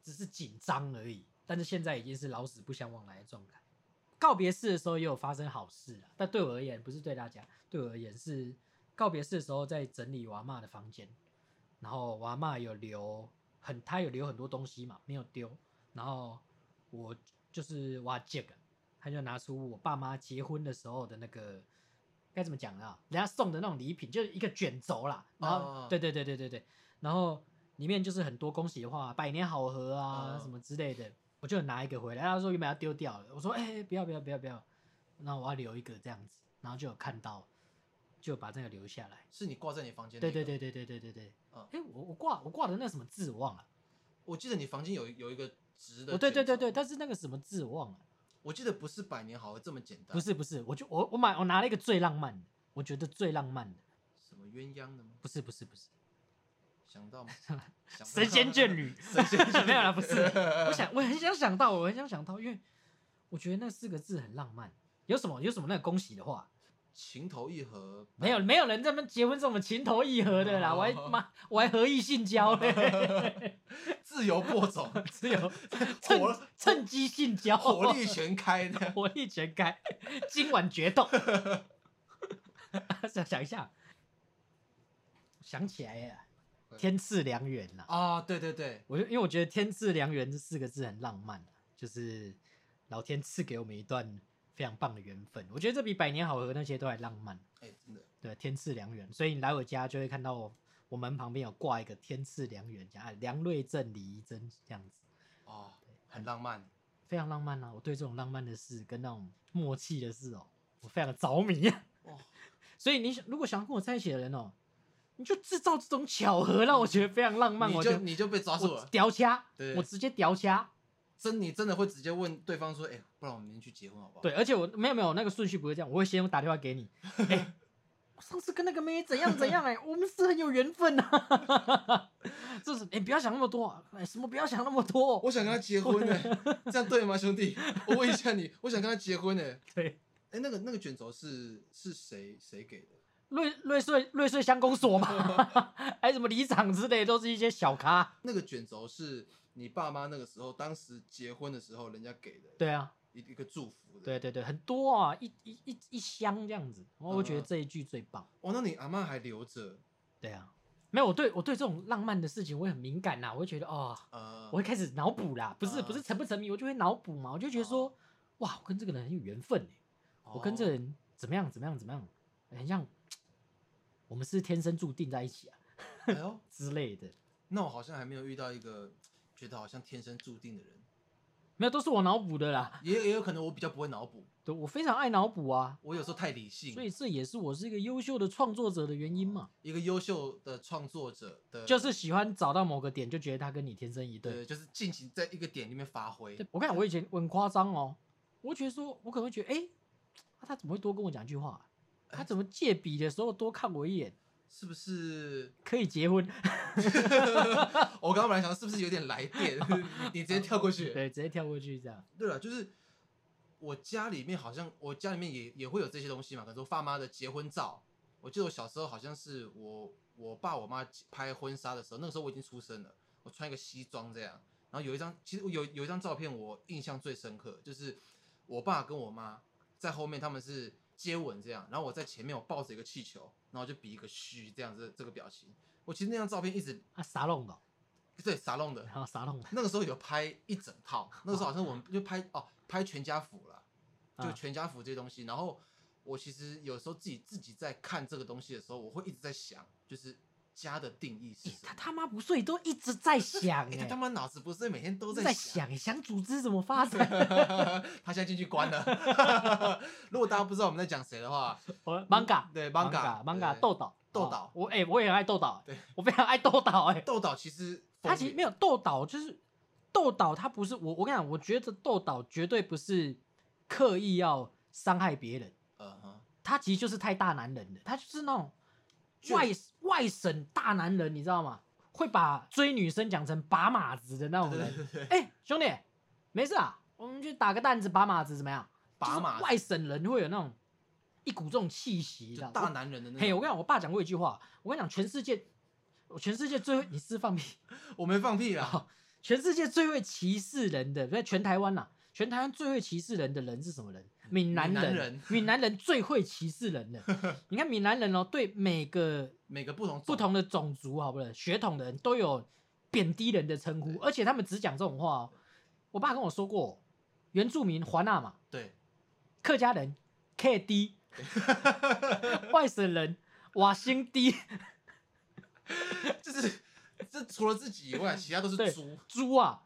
Speaker 2: 只是紧张而已，但是现在已经是老死不相往来的状态。告别式的时候也有发生好事啊，但对我而言不是对大家，对我而言是告别式的时候在整理娃妈的房间，然后娃妈有留很，她有留很多东西嘛，没有丢，然后我就是哇这个，她就拿出我爸妈结婚的时候的那个。该怎么讲呢、人家送的那种礼品就是一个卷轴啦，然后、
Speaker 3: 哦
Speaker 2: 对对对对对对，然后里面就是很多恭喜的话，百年好合啊、
Speaker 3: 嗯
Speaker 2: 什么之类的，我就拿一个回来。他说原本要丢掉了，我说哎、不要不要不要不要，那我要留一个这样子，然后就有看到，就把这个留下来。
Speaker 3: 是你挂在你房间、那个
Speaker 2: 对对对对对对对对，哎、
Speaker 3: 嗯
Speaker 2: 我我挂我挂的那什么字我忘了，
Speaker 3: 我记得你房间有有一个直的。
Speaker 2: 哦对对对对，，但是那个什么字我忘了，
Speaker 3: 我记得不是百年好合这么简单。
Speaker 2: 不是不是，我就我我买我拿了一个最浪漫的，我觉得最浪漫的，
Speaker 3: 什么鸳鸯的吗？
Speaker 2: 不是不是不是，
Speaker 3: 想到吗？想不到，
Speaker 2: 神仙眷侣
Speaker 3: 神仙眷侣
Speaker 2: 没有 啦，不是。我想，我很想想到，我很想想到，因为我觉得那四个字很浪漫。有什么有什么那个恭喜的话，
Speaker 3: 情投意合，
Speaker 2: 没有没有人在那边结婚这种情投意合的啦，
Speaker 3: 哦
Speaker 2: 我还妈我还合意性交 嘞，
Speaker 3: 自由播 种，
Speaker 2: 只有趁
Speaker 3: 火
Speaker 2: 趁机性交，
Speaker 3: 火力全开的。
Speaker 2: 火力全开，今晚决斗。 想想一下，想起来了，天赐良缘啦。
Speaker 3: 啊，对对对，
Speaker 2: 我就因为我觉得“天赐良缘”这四个字很浪漫、啊、就是老天赐给我们一段非常棒的缘分。我觉得这比百年好合那些都还浪漫。
Speaker 3: 哎，真的，
Speaker 2: 对，天赐良缘，所以你来我家就会看到我我门旁边有挂一个“天赐良缘”加“梁瑞正李仪珍”这样子，
Speaker 3: 哦，很浪漫。
Speaker 2: 非常浪漫啊！我对这种浪漫的事跟那种默契的事哦，我非常的着迷、啊。
Speaker 3: 哇，
Speaker 2: 所以你想如果想要跟我在一起的人哦，你就制造这种巧合，让我觉得非常浪漫，
Speaker 3: 你
Speaker 2: 我
Speaker 3: 就
Speaker 2: 就
Speaker 3: 你就被抓住
Speaker 2: 我
Speaker 3: 了，
Speaker 2: 屌掐
Speaker 3: 对，
Speaker 2: 我直接屌掐。
Speaker 3: 真你真的会直接问对方说，哎，不然我们明天去结婚好不好？
Speaker 2: 对，，而且我没有没有那个顺序不会这样，我会先打电话给你。哎、我上次跟那个妹怎样怎样哎、我们是很有缘分啊。 这是哎、不要想那么多、啊，哎、什么不要想那么多、哦
Speaker 3: 我想跟他结婚呢， 这样对吗，兄弟？我问一下你，我想跟他结婚呢。
Speaker 2: 对，
Speaker 3: 哎，那个那个卷轴是是谁谁给的？
Speaker 2: 瑞瑞穗瑞穗乡 公所嘛，还有什么里长之类，都是一些小咖。
Speaker 3: 那个卷轴是你爸妈那个时候，当时结婚的时候人家给的，
Speaker 2: 对啊，
Speaker 3: 一一个祝福的。
Speaker 2: 对，对对，很多啊，一一一一箱这样子，我觉得
Speaker 3: 嗯
Speaker 2: 这一句最棒。
Speaker 3: 哦，那你阿妈还留着？
Speaker 2: 对啊，没有我对我对这种浪漫的事情我会很敏感呐、我会觉得哦，
Speaker 3: 呃，
Speaker 2: 我会开始脑补啦，不是不是
Speaker 3: 啊
Speaker 2: 沉不沉迷，我就会脑补嘛，我就觉得说，哇，我跟这个人很有缘分欸我跟这个
Speaker 3: 哦
Speaker 2: 人怎么样怎么样怎么样，很像我们是天生注定在一起啊
Speaker 3: 哎呦，
Speaker 2: 之类的，
Speaker 3: 那我好像还没有遇到一个觉得好像天生注定的人，
Speaker 2: 没有都是我脑补的啦，
Speaker 3: 也也有可能我比较不会脑补，
Speaker 2: 对我非常爱脑补啊，
Speaker 3: 我有时候太理性，
Speaker 2: 所以这也是我是一个优秀的创作者的原因嘛，
Speaker 3: 一个优秀的创作者的
Speaker 2: 就是喜欢找到某个点就觉得他跟你天生一对
Speaker 3: 对，。就是尽情在一个点里面发挥
Speaker 2: 对，我看我以前我很夸张哦，我会觉得说，我可能会觉得，哎、啊他怎么会多跟我讲一句话啊、
Speaker 3: 哎
Speaker 2: 他怎么借笔的时候多看我一眼？
Speaker 3: 是不是？
Speaker 2: 可以结婚，
Speaker 3: 我刚刚本来想是不是有点来电， 你直接跳过去。
Speaker 2: 对，直接跳过去这样。
Speaker 3: 对了，就是我家里面好像我家里面也也会有这些东西嘛，可能说爸妈的结婚照。我记得我小时候好像是我我爸我妈拍婚纱的时候，那个时候我已经出生了，我穿一个西装这样。然后有一张，其实我有有一张照片我印象最深刻，就是我爸跟我妈在后面他们是接吻这样，然后我在前面我抱着一个气球，然后就比一个嘘这样子这个表情。我其实那张照片一直
Speaker 2: 啊，啥弄的哦，
Speaker 3: 对傻弄的
Speaker 2: 然，后啥弄的，
Speaker 3: 那个时候有拍一整
Speaker 2: 哦
Speaker 3: 套，那个时候好像我们就拍哦拍全家福了，就
Speaker 2: 啊
Speaker 3: 全家福这些东西。然后我其实有时候自己自己在看这个东西的时候，我会一直在想，就是家的定义 是
Speaker 2: 欸
Speaker 3: 什
Speaker 2: 他
Speaker 3: 么？
Speaker 2: 他妈不睡都一直在 想、
Speaker 3: 哎，
Speaker 2: 欸，
Speaker 3: 他他妈脑子不是每天都
Speaker 2: 在
Speaker 3: 想？
Speaker 2: 想 欸，想组织怎么发展？
Speaker 3: 他现在进去关 了。如果大家不知道我们在讲谁的话，嗯
Speaker 2: manga
Speaker 3: 对 manga
Speaker 2: manga manga
Speaker 3: 对
Speaker 2: 豆岛
Speaker 3: 豆
Speaker 2: 哦
Speaker 3: 岛
Speaker 2: 我哎、我也很爱豆岛、
Speaker 3: 对
Speaker 2: 我非常爱豆岛哎、
Speaker 3: 豆岛其实
Speaker 2: 他其实没
Speaker 3: 有
Speaker 2: 有豆岛，就是豆岛，他不是我我跟你讲，我觉得豆岛绝对不是刻意要伤害别人，
Speaker 3: 呃哼
Speaker 2: 他其实就是太大男人了，他就是那种
Speaker 3: 就
Speaker 2: 外外省大男人，你知道吗？会把追女生讲成把马子的那种人。哎、兄弟，没事啊，我们去打个弹子把马子怎么样？
Speaker 3: 把马
Speaker 2: 就是外省人会有那种一股这种气息，你知道
Speaker 3: 就
Speaker 2: 吗
Speaker 3: 大男人的那
Speaker 2: 嘿，我跟
Speaker 3: 种。
Speaker 2: 你讲，我爸讲过一句话，我跟你讲，全世界，我全世界最会，你是放屁，哦
Speaker 3: 我没放屁啦，
Speaker 2: 全世界最会歧视人的，在全台湾呐、全台湾最会歧视人的人是什么人？闽南
Speaker 3: 闽南
Speaker 2: 人
Speaker 3: 人，
Speaker 2: 闽南人最会歧视人了。你看闽南人哦，对每个
Speaker 3: 每个不同种
Speaker 2: 不同的种族，好不好？血统的人都有贬低人的称呼，而且他们只讲这种话哦。我爸跟我说过，原住民华纳嘛，
Speaker 3: 对，
Speaker 2: 客家人 K D，外省人瓦辛 D，
Speaker 3: 就是这除了自己以外，其他都是
Speaker 2: 对
Speaker 3: 猪。
Speaker 2: 猪啊，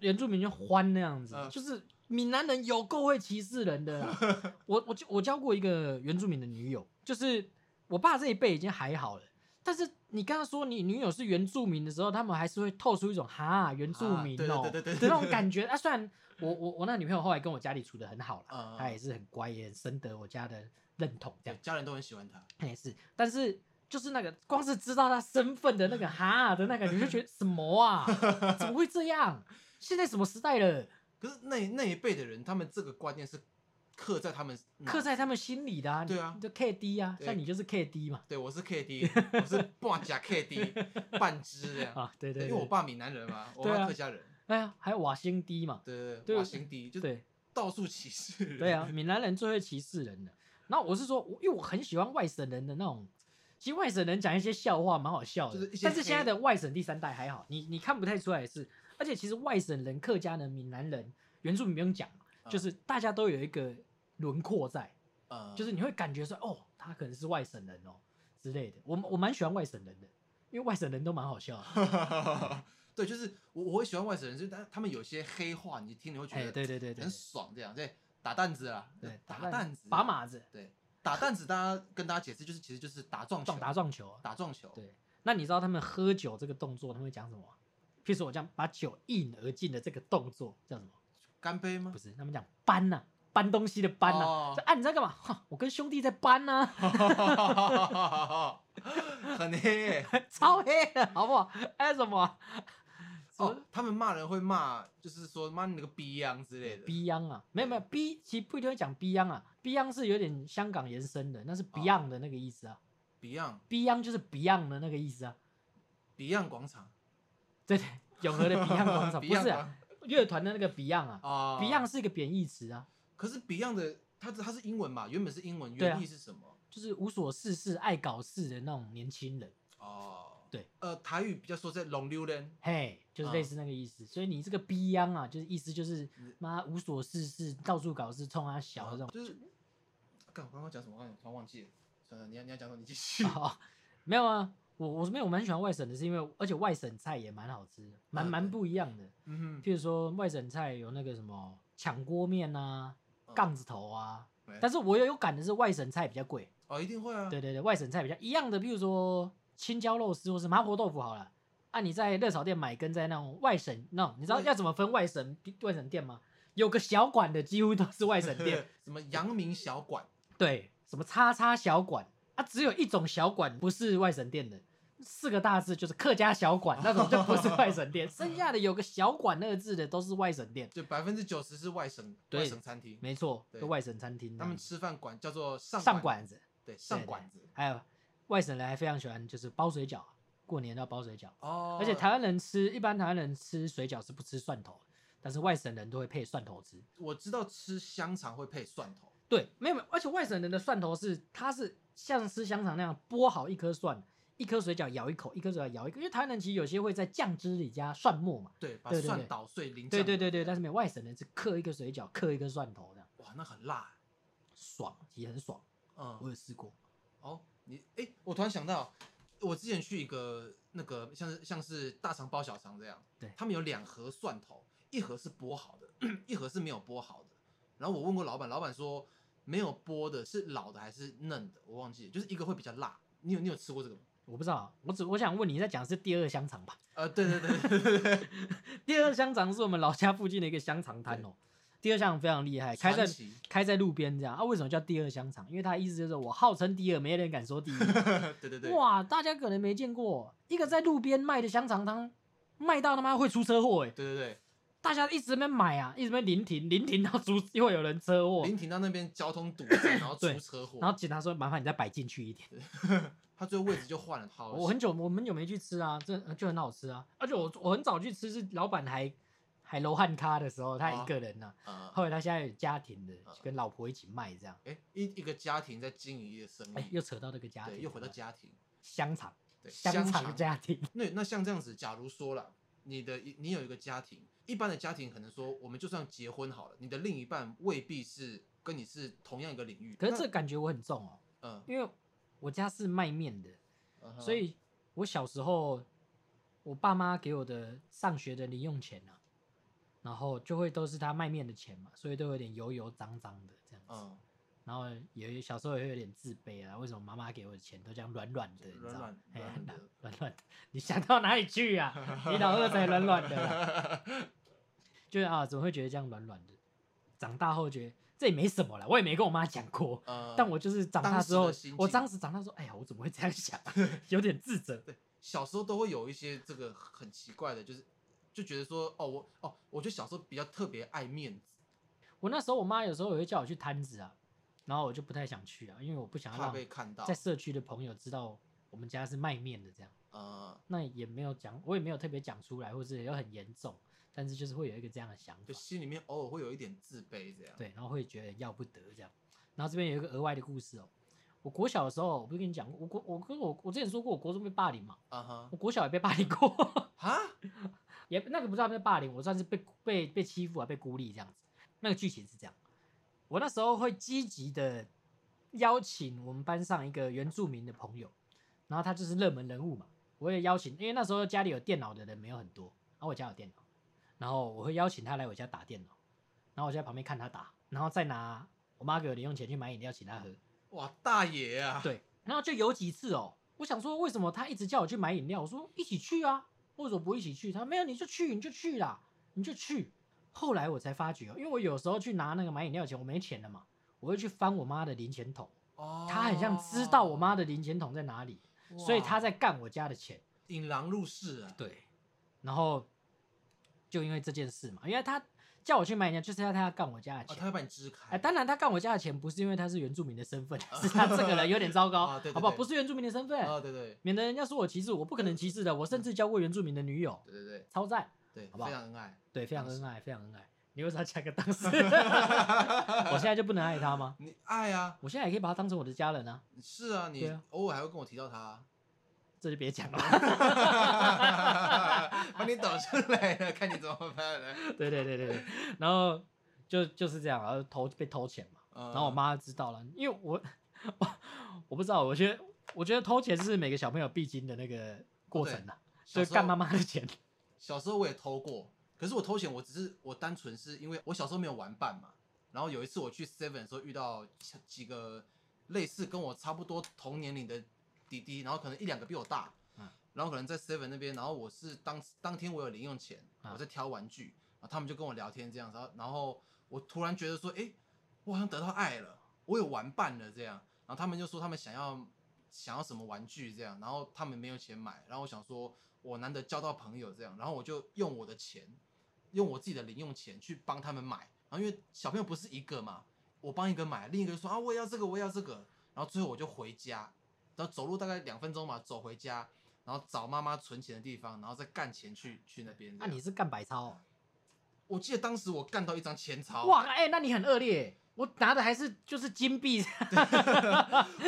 Speaker 2: 原住民就欢那样子，
Speaker 3: 嗯
Speaker 2: 就是闽南人有够会歧视人的 啦。我我我交过一个原住民的女友，就是我爸这一辈已经还好了。但是你刚刚说你女友是原住民的时候，他们还是会透出一种哈原住
Speaker 3: 啊
Speaker 2: 民
Speaker 3: 对对
Speaker 2: 哦、
Speaker 3: 对对对
Speaker 2: 的
Speaker 3: 对
Speaker 2: 那种感觉。啊，虽然我我我那女朋友后来跟我家里处的很好啦
Speaker 3: 嗯，嗯
Speaker 2: 她也是很乖，也很深得我家的认同，这
Speaker 3: 对
Speaker 2: 样，
Speaker 3: 家人都很喜欢他。
Speaker 2: 她也哎是。但是就是那个光是知道她身份的那个哈的那个，你就觉得什么啊？怎么会这样？现在什么时代了？
Speaker 3: 可是那那一辈的人，他们这个观念是刻在他们脑
Speaker 2: 刻在他们心里的啊。你
Speaker 3: 对啊
Speaker 2: 你就 K D 啊，
Speaker 3: 对
Speaker 2: 像你就是 K D 嘛。
Speaker 3: 对，我是 KD，我是 半假 KD，半只这样。
Speaker 2: 啊，对对
Speaker 3: 因
Speaker 2: 对，
Speaker 3: 为我爸闽南人嘛，我
Speaker 2: 对啊
Speaker 3: 妈客家人，
Speaker 2: 哎呀，还有瓦辛 D 嘛。
Speaker 3: 对对
Speaker 2: 对
Speaker 3: 对，瓦辛迪就
Speaker 2: 对
Speaker 3: 到处歧视人。
Speaker 2: 对啊，闽南人最会歧视人的。然后我是说，我因为我很喜欢外省人的那种，其实外省人讲一些笑话蛮好笑的，
Speaker 3: 就是一些
Speaker 2: 但是现在
Speaker 3: 黑
Speaker 2: 的外省第三代还好，你你看不太出来是，而且其实外省人、客家人、闽南人、原住民不用讲，
Speaker 3: 嗯
Speaker 2: 就是大家都有一个轮廓在，
Speaker 3: 呃，
Speaker 2: 就是你会感觉说，哦，他可能是外省人哦之类的。我我蛮喜欢外省人的，因为外省人都蛮好笑的。
Speaker 3: 对，就是我我会喜欢外省人，就是他他们有些黑话，你听你会觉
Speaker 2: 哎、
Speaker 3: 得
Speaker 2: 对对对对
Speaker 3: 很，爽，这样对打蛋子啊，
Speaker 2: 对
Speaker 3: 打
Speaker 2: 蛋
Speaker 3: 蛋子，啊
Speaker 2: 拔马子，
Speaker 3: 对打蛋子，大家跟大家解释就是其实就是打撞球，
Speaker 2: 撞打撞球啊。
Speaker 3: 打撞球，
Speaker 2: 对，那你知道他们喝酒这个动作他们会讲什么吗？譬如说我这样把酒一饮而尽的这个动作叫什么？
Speaker 3: 干杯吗
Speaker 2: 不？是，他们讲搬呐、搬东西的搬呐、
Speaker 3: 哦
Speaker 2: 就啊你在干嘛？哈，我跟兄弟在搬呐、
Speaker 3: 哦 很黑耶、哦
Speaker 2: 超黑的好不好？哎什么啊什么
Speaker 3: 哦，他们骂人会骂，就是说骂你那个逼样之类的。
Speaker 2: Beyond 啊，没有没有 B，其实不一定会讲 Beyond 啊，Beyond 是有点香港延伸的，那
Speaker 3: 哦
Speaker 2: 是 Beyond 的那个意思啊、
Speaker 3: Beyond
Speaker 2: b e y o n d 就是 Beyond 的那个意思啊，
Speaker 3: Beyond 广场，
Speaker 2: 对对，永和的 Beyond 广场不是
Speaker 3: Beyond
Speaker 2: 啊、乐团的那个 Beyond 啊、
Speaker 3: 啊
Speaker 2: b e y o n d 是一个贬义词啊，
Speaker 3: 可是 Beyond 的它它是英文嘛，原本是英文，
Speaker 2: 对啊
Speaker 3: 原意是什么？
Speaker 2: 就是无所事事、爱搞事的那种年轻人，
Speaker 3: 哦，
Speaker 2: 对，
Speaker 3: 呃，台语比较说在龙溜人，
Speaker 2: 嘿，就是
Speaker 3: 嗯
Speaker 2: 类似那个意思。所以你这个 Beyond 啊，就是意思就是妈无所事事、到处搞事、冲他小的这种。
Speaker 3: 就是，干我刚刚讲什么？我刚刚突然忘记了。算了，你要你要讲什么？你继续。
Speaker 2: 哦，没有啊，我我是没有我蛮喜欢外省的，是因为而且外省菜也蛮好吃的，蛮
Speaker 3: 啊
Speaker 2: 蛮
Speaker 3: 对
Speaker 2: 不一样的。
Speaker 3: 嗯哼，
Speaker 2: 譬如说外省菜有那个什么抢锅面啊、杠子头啊，
Speaker 3: 嗯
Speaker 2: 但是我也有感的是外省菜比较贵。
Speaker 3: 哦，一定会啊。
Speaker 2: 对对对，外省菜比较一样的，譬如说青椒肉丝或是麻婆豆腐好了。啊，你在热炒店买跟在那种外省那种，你知道
Speaker 3: 外
Speaker 2: 要怎么分外省外省店吗？有个小馆的几乎都是外 省 店，
Speaker 3: 什么阳明小馆，
Speaker 2: 对，什么叉叉小馆啊，只有一种小馆不是外省店的，四个大字就是客家小馆那种就不是外省店， 剩下的有个小馆二字的都是外省店，
Speaker 3: 就百分之九十是外省
Speaker 2: 对
Speaker 3: 外省餐厅，
Speaker 2: 没错，
Speaker 3: 对
Speaker 2: 都外省餐厅这
Speaker 3: 他
Speaker 2: 样
Speaker 3: 们
Speaker 2: 子。
Speaker 3: 吃饭馆叫做上
Speaker 2: 上
Speaker 3: 馆，
Speaker 2: 馆子，
Speaker 3: 对上馆子。
Speaker 2: 还有外省人还非常喜欢就是包水饺，啊过年要包水饺。
Speaker 3: 哦，
Speaker 2: 而且台湾人吃，一般台湾人吃水饺是不吃蒜头的，但是外省人都会配蒜头吃。
Speaker 3: 我知道吃香肠会配蒜头，
Speaker 2: 对，没有没有，而且外省人的蒜头是，它是像吃香肠那样剥好一颗蒜，一颗水饺咬一口，一颗水饺咬一口。因为台湾人其实有些会在酱汁里加蒜末嘛。
Speaker 3: 对，把
Speaker 2: 对对对
Speaker 3: 蒜捣碎淋
Speaker 2: 对
Speaker 3: 酱
Speaker 2: 对
Speaker 3: 油
Speaker 2: 对对，但是没有外省人是刻一个水饺，刻一个蒜头这样，
Speaker 3: 哇，那很辣欸。
Speaker 2: 爽，其实很爽。我
Speaker 3: 嗯，
Speaker 2: 有试过，
Speaker 3: 哦，你哎、我突然想到，我之前去一个那个像是像是大肠包小肠这样，
Speaker 2: 对
Speaker 3: 他们有两盒蒜头，一盒是剥好的， 一盒是没有剥好的。然后我问过老板，老板说没有剥的是老的还是嫩的，我忘记了，就是一个会比较辣。你有你有吃过这个吗？
Speaker 2: 我不知道，我只我想问你在讲的是第二香肠吧？
Speaker 3: 呃，对对对对对对，
Speaker 2: 第二香肠是我们老家附近的一个香肠摊哦，第二香肠非常厉害， 开在
Speaker 3: 传奇
Speaker 2: 开在路边这样啊？为什么叫第二香肠？因为它的意思就是我号称第二，没人敢说第一。
Speaker 3: 对 对对，
Speaker 2: 哇，大家可能没见过，一个在路边卖的香肠摊，卖到他妈会出车祸哎！
Speaker 3: 对对对，
Speaker 2: 大家一直在那边买啊，一直在那边临停，临停到出会有人车祸，
Speaker 3: 临停到那边交通堵塞，然后
Speaker 2: 对
Speaker 3: 出车祸，
Speaker 2: 然后警察说麻烦你再摆进去一点。
Speaker 3: 他最后位置就换了，好，
Speaker 2: 呃我很久我们很久没去吃啊，这就很好吃啊，而且我我很早去吃，是老板还还罗汉咖的时候，他一
Speaker 3: 哦
Speaker 2: 个人呢、
Speaker 3: 啊，
Speaker 2: 后来他现在有家庭的
Speaker 3: 啊，
Speaker 2: 跟老婆一起卖这样。
Speaker 3: 哎、一一个家庭在经营一个生意，
Speaker 2: 哎、又扯到那个家庭了，
Speaker 3: 对，又回到家庭，
Speaker 2: 香肠，
Speaker 3: 对，
Speaker 2: 香肠
Speaker 3: 肠
Speaker 2: 家庭，
Speaker 3: 那那像这样子，假如说了，你的一你有一个家庭，一般的家庭可能说，我们就算结婚好了，你的另一半未必是跟你是同样一个领域。
Speaker 2: 可是
Speaker 3: 那
Speaker 2: 这感觉我很重哦，
Speaker 3: 嗯
Speaker 2: 因为我家是卖面的，
Speaker 3: 嗯哼，
Speaker 2: 所以我小时候，我爸妈给我的上学的零用钱啊，然后就会都是他卖面的钱嘛，所以都有点油油脏脏的这样子。
Speaker 3: 嗯，
Speaker 2: 然后也小时候也会有点自卑啊，为什么妈妈给我的钱都这样软软的？你知道
Speaker 3: 软软
Speaker 2: 哎
Speaker 3: 软软的
Speaker 2: 软软的，你想到哪里去啊？ 你老二才软软的啦， 就是啊，怎么会觉得这样软软的？长大后觉得这也没什么了，我也没跟我妈讲过。
Speaker 3: 呃，
Speaker 2: 但我就是长大之后
Speaker 3: 当时的心，
Speaker 2: 我
Speaker 3: 境
Speaker 2: 当时长大说，哎呀，我怎么会这样 想啊？有点自责。
Speaker 3: 对小时候都会有一些这个很奇怪的，就是就觉得说，哦，我哦，我觉得小时候比较特别爱面子，
Speaker 2: 我那时候我妈有时候也会叫我去摊子啊，然后我就不太想去啊，因为我不想要
Speaker 3: 怕
Speaker 2: 让
Speaker 3: 被看到
Speaker 2: 在。社区的朋友知道我们家是卖面的这样。
Speaker 3: 呃，
Speaker 2: 那也没有讲，我也没有特别讲出来，或者有很严重，但是就是会有一个这样的想
Speaker 3: 就
Speaker 2: 法，
Speaker 3: 心里面偶尔会有一点自卑这样。，
Speaker 2: 对，然后会觉得要不得这样。然后这边有一个额外的故事哦，我国小的时候，我不是跟你讲过，我国我跟我我之前说过，我国中被霸凌嘛，
Speaker 3: 啊哈
Speaker 2: 我，国小也被霸凌过，
Speaker 3: 哈，
Speaker 2: 也那个不算被霸凌，我算是被被被欺负啊，被孤立这样子。那个剧情是这样，我那时候会积极的邀请我们班上一个原住民的朋友，然后他就是热门人物嘛，我也邀请，因为那时候家里有电脑的人没有很多，然后我家有电脑，然后我会邀请他来我家打电脑，然后我就在旁边看他打，然后再拿我妈给我零用钱去买饮料请他喝，
Speaker 3: 哇，大爷啊！
Speaker 2: 对，然后就有几次哦，我想说为什么他一直叫我去买饮料，我说一起去啊，为什么不一起去？他说没有你就去你就去啦，你就去。后来我才发觉哦，因为我有时候去拿那个买饮料钱，我没钱了嘛，我会去翻我妈的零钱桶，
Speaker 3: 哦，
Speaker 2: 他很像知道我妈的零钱桶在哪里，
Speaker 3: 哇，
Speaker 2: 所以他在干我家的钱。
Speaker 3: 引狼入室啊。
Speaker 2: 对，然后就因为这件事嘛，因为他叫我去买饮料，就是要他要干我家的
Speaker 3: 哦，
Speaker 2: 钱。
Speaker 3: 他会把你支开。
Speaker 2: 哎，当然，他干我家的钱不是因为他是原住民的身份， 是他这个人有点糟 糕，
Speaker 3: 啊对对
Speaker 2: 好不好？
Speaker 3: 对
Speaker 2: 不是原住民的身份，
Speaker 3: 啊，对对
Speaker 2: 免得人家说我歧视，我不可能歧视的。我甚至交过原住民的女友，
Speaker 3: 对对对
Speaker 2: 超赞，
Speaker 3: 对，
Speaker 2: 好不好
Speaker 3: 非常恩爱。
Speaker 2: 对，非常
Speaker 3: 当时
Speaker 2: 恩爱，非常恩爱。你为啥加 个当时？ 我现在就不能爱他吗？
Speaker 3: 你爱啊，
Speaker 2: 我现在也可以把他当成我的家人啊，
Speaker 3: 是啊，你
Speaker 2: 对啊
Speaker 3: 偶尔还会跟我提到 他，
Speaker 2: 这就别讲了。
Speaker 3: 把你导出来了，看你怎么办了。
Speaker 2: 对对对对对，然后就就是这样，然后偷被偷钱嘛，
Speaker 3: 然
Speaker 2: 然后我，妈知道了，因为我 我我不知道，我觉得我觉得偷钱是每个小朋友必经的那个过程啊，
Speaker 3: 哦小
Speaker 2: 就
Speaker 3: 时候
Speaker 2: 是干妈。妈的钱。
Speaker 3: 小时候我也偷过，可是我偷钱，我只是我单纯是因为我小时候没有玩伴嘛。然后有一次我去 Seven 的时候遇到几几个类似跟我差不多同年龄的弟弟，然后可能一两个比我大，
Speaker 2: 嗯
Speaker 3: 然后可能在 Seven 那边，然后我是当当天我有零用钱，
Speaker 2: 啊
Speaker 3: 我在挑玩具，然后他们就跟我聊天这样，然后然后我突然觉得说，诶，我好像得到爱了，我有玩伴了这样，然后他们就说他们想要想要什么玩具这样，然后他们没有钱买，然后我想说我难得交到朋友这样，然后我就用我的钱，用我自己的零用钱去帮他们买，然后因为小朋友不是一个嘛，我帮一个买，另一个就说啊我也要这个我也要这个，然后最后我就回家，然后走路大概两分钟嘛，走回家，然后找妈妈存钱的地方，然后再干钱去去那边这
Speaker 2: 那、
Speaker 3: 样。
Speaker 2: 你是干白钞哦、
Speaker 3: 我记得当时我干到一张千钞，
Speaker 2: 哇，哎、那你很恶劣欸。我拿的还是就是 金币，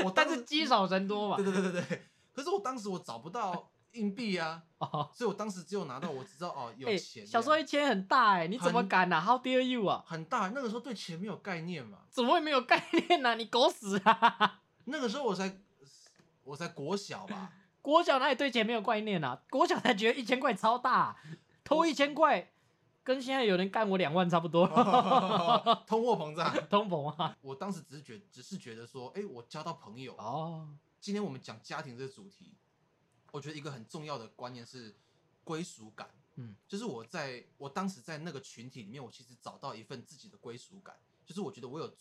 Speaker 3: 我
Speaker 2: 但
Speaker 3: 当
Speaker 2: 是
Speaker 3: 时
Speaker 2: 积少成多嘛
Speaker 3: 对。对对对对，可是我当时我找不到硬币啊，
Speaker 2: 哦，
Speaker 3: 所以我当时只有拿到我知道哦有
Speaker 2: 哎，
Speaker 3: 钱这样、
Speaker 2: 小时候一千很大哎、你怎么
Speaker 3: 很
Speaker 2: 敢啊、？How dare you 啊？
Speaker 3: 很大，那个时候对钱没有概念嘛，
Speaker 2: 怎么会没有概念啊？你狗屎啊！
Speaker 3: 那个时候我才我才国小吧，
Speaker 2: 国小哪里对钱没有概念啊？国小才觉得一千块超大、啊偷一千块跟现在有人干我两万差 不多，
Speaker 3: 通货膨胀。
Speaker 2: 通膨啊！
Speaker 3: 我当时只是觉只是觉得说，哎、我交到朋友。
Speaker 2: 哦，
Speaker 3: 今天我们讲家庭这个主题，我觉得一个很重要的观念是归属感。
Speaker 2: 嗯，
Speaker 3: 就是我在我当时在那个群体里面，我其实找到一份自己的归属感，就是我觉得我有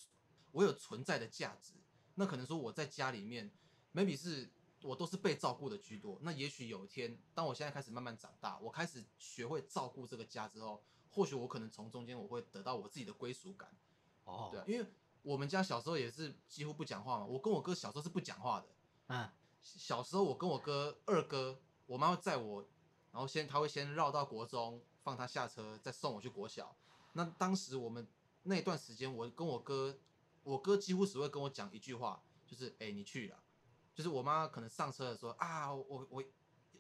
Speaker 3: 我有存在的价值。那可能说我在家里面，maybe 是我都是被照顾的居多。那也许有一天，当我现在开始慢慢长大，我开始学会照顾这个家之后，或许我可能从中间我会得到我自己的归属感。
Speaker 2: 哦
Speaker 3: 对啊，因为我们家小时候也是几乎不讲话嘛。我跟我哥小时候是不讲话的。
Speaker 2: 啊，
Speaker 3: 小时候我跟我哥二哥，我妈会载我然后先他会先绕到国中放他下车，再送我去国小。那当时我们那段时间，我跟我哥，我哥几乎只会跟我讲一句话，就是哎、你去了，就是我妈可能上车的时候啊我我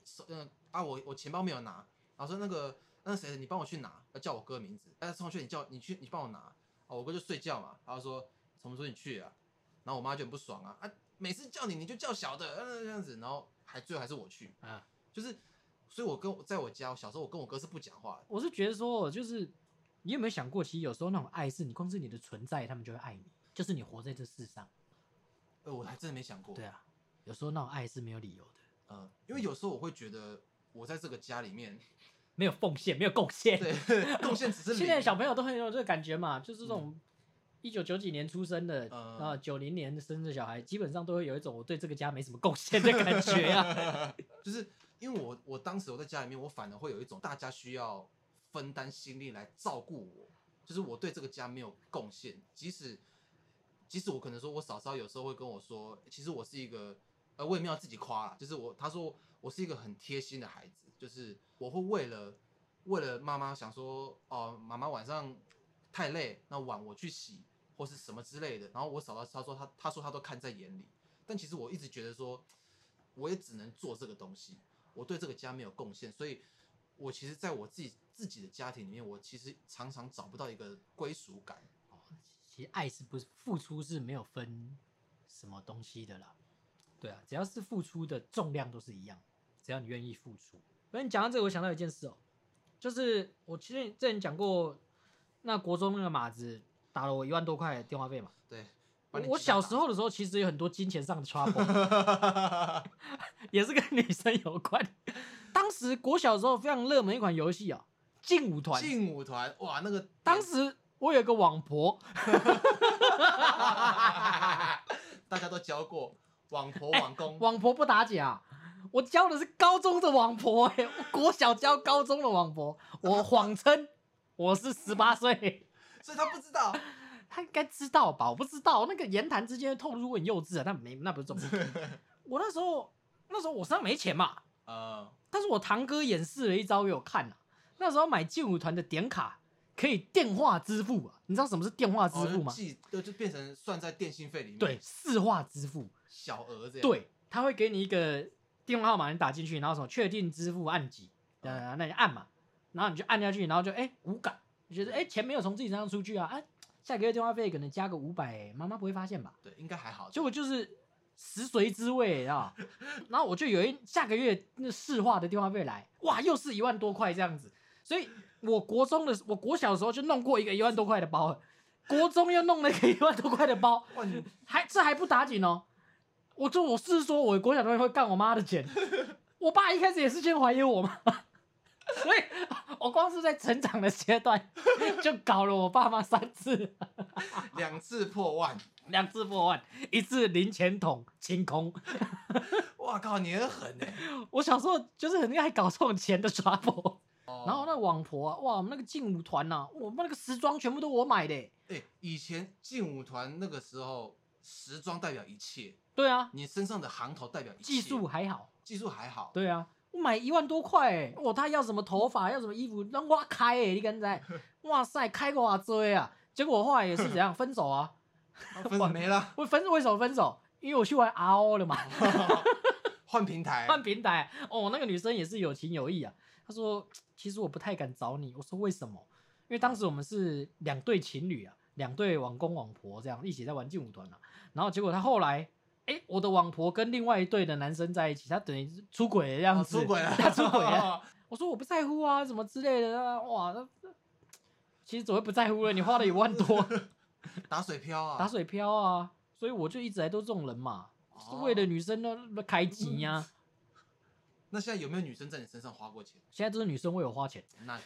Speaker 3: 手嗯啊我我钱包没有拿，然后说那个那谁你帮我去拿，要叫我哥名字，哎同学你叫你去你帮我拿，啊我哥就睡觉嘛，然后说什么时候你去啊？然后我妈就很不爽啊啊每次叫你你就叫小的，呃、这样子，然后还最后还是我去，
Speaker 2: 啊，
Speaker 3: 就是所以我跟我在我家我小时候我跟我哥是不讲话的。
Speaker 2: 我是觉得说，就是你有没有想过，其实有时候那种爱是你光是你的存在，他们就会爱你，就是你活在这世上。
Speaker 3: 呃，我还真的没想过。
Speaker 2: 对啊，有时候那种爱是没有理由的，
Speaker 3: 呃，因为有时候我会觉得我在这个家里 面，
Speaker 2: 没有奉献，没有贡献。
Speaker 3: 对，贡献只是
Speaker 2: 现在的
Speaker 3: 零
Speaker 2: 小朋友都很有这个感觉嘛，就是这种一九九几年出生的，
Speaker 3: 嗯
Speaker 2: 啊、九零年生的小孩，基本上都会有一种我对这个家没什么贡献的感觉 啊。
Speaker 3: 就是因为我我当时我在家里面，我反而会有一种大家需要分担心力来照顾我，就是我对这个家没有贡献，即使即使我可能说我嫂嫂有时候会跟我说，其实我是一个呃，我也没有自己夸啦，就是我她说我是一个很贴心的孩子，就是我会为了为了妈妈想说哦，妈妈晚上太累，那碗我去洗或是什么之类的，然后我嫂嫂她说她她说她都看在眼里，但其实我一直觉得说，我也只能做这个东西，我对这个家没有贡献，所以我其实在我自己自己的家庭里面，我其实常常找不到一个归属感。
Speaker 2: 其实爱是不是付出是没有分什么东西的啦。对啊，只要是付出的重量都是一样，只要你愿意付出。那你讲到这个，我想到一件事哦、就是我之前之前讲过，那国中那个马子打了我一万多块的电话费嘛。
Speaker 3: 对，把
Speaker 2: 我
Speaker 3: 你
Speaker 2: 我
Speaker 3: 击打
Speaker 2: 小时候的时候，其实有很多金钱上的 trouble，也是跟女生有关。当时国小的时候非常热门一款游戏啊，劲舞团。
Speaker 3: 劲舞团，哇，那个
Speaker 2: 当时我有个网婆，
Speaker 3: 大家都教过网婆网公，
Speaker 2: 哎网婆不打假，我教的是高中的网婆、欸，我国小教高中的网婆，我谎称我是十八岁，
Speaker 3: 所以他不知道。
Speaker 2: 他应该知道吧？我不知道，那个言谈之间透露我很幼稚啊，那没那不是重点。我那时候那时候我身上没钱嘛，
Speaker 3: 呃，
Speaker 2: 但是我堂哥演示了一招给我看啊，那时候买劲舞团的点卡可以电话支付啊，你知道什么是电话支
Speaker 3: 哦
Speaker 2: 付吗？
Speaker 3: 就记就就变成算在电信费里面，
Speaker 2: 对，，市话支付。
Speaker 3: 小额这样。，
Speaker 2: 对，他会给你一个电话号码，你打进去，然后什么确定支付按几，
Speaker 3: 嗯
Speaker 2: 呃，那你按嘛，然后你就按下去，然后就哎、无感，你觉得哎、钱没有从自己身上出去啊，哎、下个月电话费可能加个五百、妈妈不会发现吧？
Speaker 3: 对，应该还好。
Speaker 2: 结果就是食髓知味 啊，然后我就有一下个月那市话的电话费来，哇，又是一万多块这样子，所以我国中的我国小的时候就弄过一个一万多块的包了，国中又弄了一个 一万多块的包，
Speaker 3: 哇，你
Speaker 2: 还这还不打紧哦，我就我是说，我国小同学会干我妈的钱，我爸一开始也是先怀疑我嘛， 所以我光是在成长的阶段就搞了我爸妈三次，
Speaker 3: 两次破万，
Speaker 2: 两次破万，一次零钱桶清空。
Speaker 3: 哇靠，你很狠哎、
Speaker 2: 我小时候就是很爱搞这种钱的 trouble，
Speaker 3: 哦
Speaker 2: 然后那网婆啊，哇，我们那个劲舞团呐、我们那个时装全部都我买的欸、
Speaker 3: 哎、以前劲舞团那个时候，时装代表一切，
Speaker 2: 对啊，
Speaker 3: 你身上的行头代表一切，
Speaker 2: 技术还好。
Speaker 3: 技术还好，
Speaker 2: 对啊，我买一万多块哎、哇，他要什么头发，要什么衣服，让我开哎、你敢在？哇塞，开个哇追啊！结果我后来也是怎样分手啊？
Speaker 3: 啊分手没了，
Speaker 2: 我分为什么分手？因为我去玩 RO 了嘛，
Speaker 3: 换平台，
Speaker 2: 换平台哦。那个女生也是有情有义啊，她说其实我不太敢找你，我说为什么？因为当时我们是两对情侣啊，两对网公网婆这样一起在玩劲舞团啊，然后结果她后来。哎，我的网婆跟另外一对的男生在一起，她等于是出轨了这样
Speaker 3: 哦
Speaker 2: 子，
Speaker 3: 出轨了，
Speaker 2: 他出轨 了。我说我不在乎啊，什么之类的啊，哇，那那其实怎么会不在乎了？你花了一万多
Speaker 3: 打水漂啊，
Speaker 2: 打水漂啊，所以我就一直来都这种人嘛，是为了
Speaker 3: 哦嗯
Speaker 2: 女生呢开啊机呀、
Speaker 3: 那现在有没有女生在你身上花过钱？
Speaker 2: 现在都是女生为我花钱，
Speaker 3: 那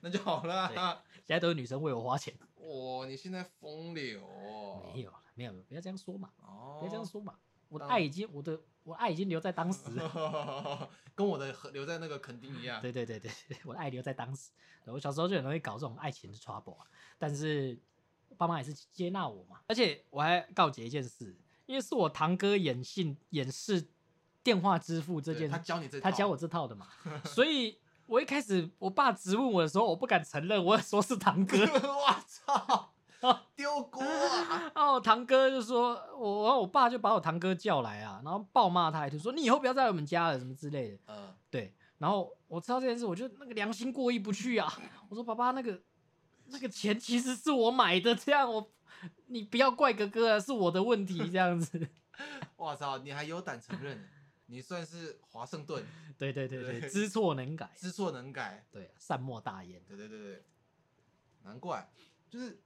Speaker 3: 那就好了啊。
Speaker 2: 现在都是女生为我花钱，
Speaker 3: 哇，你现在风流哦
Speaker 2: 没有了，没有，没有不要这样说嘛，
Speaker 3: 哦，
Speaker 2: 不要这样说嘛，我的
Speaker 3: 嗯
Speaker 2: 爱已经，我的我爱已经留在当 时了。
Speaker 3: 说， 跟我的和留在那个垦丁一样。
Speaker 2: 对对对对，对 我的爱留在当时。对我小时候就很容易搞这种爱情的 trouble，、啊、但是我爸妈也是接纳我嘛。而且我还告诫一件事，因为是我堂哥演信演示电话支付这
Speaker 3: 对
Speaker 2: 件，
Speaker 3: 他教你这
Speaker 2: 他教
Speaker 3: 套
Speaker 2: 我这套的嘛，所以我一开始我爸质问我的时候，我不敢承认，我说是堂哥。
Speaker 3: 我啊操，丢锅啊！
Speaker 2: 然后我堂哥就说，我然后我爸就把我堂哥叫来啊，然后暴骂他一顿，说你以后不要再来我们家了，什么之类的。
Speaker 3: 呃，
Speaker 2: 对，然后我知道这件事，我就那个良心过意不去啊。 我说爸爸，那个那个钱其实是我买的，这样我你不要怪哥哥啊，是我的问题这样子。
Speaker 3: 我操，你还有胆承认，你算是华盛顿，
Speaker 2: 对对对对，
Speaker 3: 对
Speaker 2: 知错能改，
Speaker 3: 知错能改。
Speaker 2: 对，啊善莫大焉。
Speaker 3: 对对对对，难怪，就是，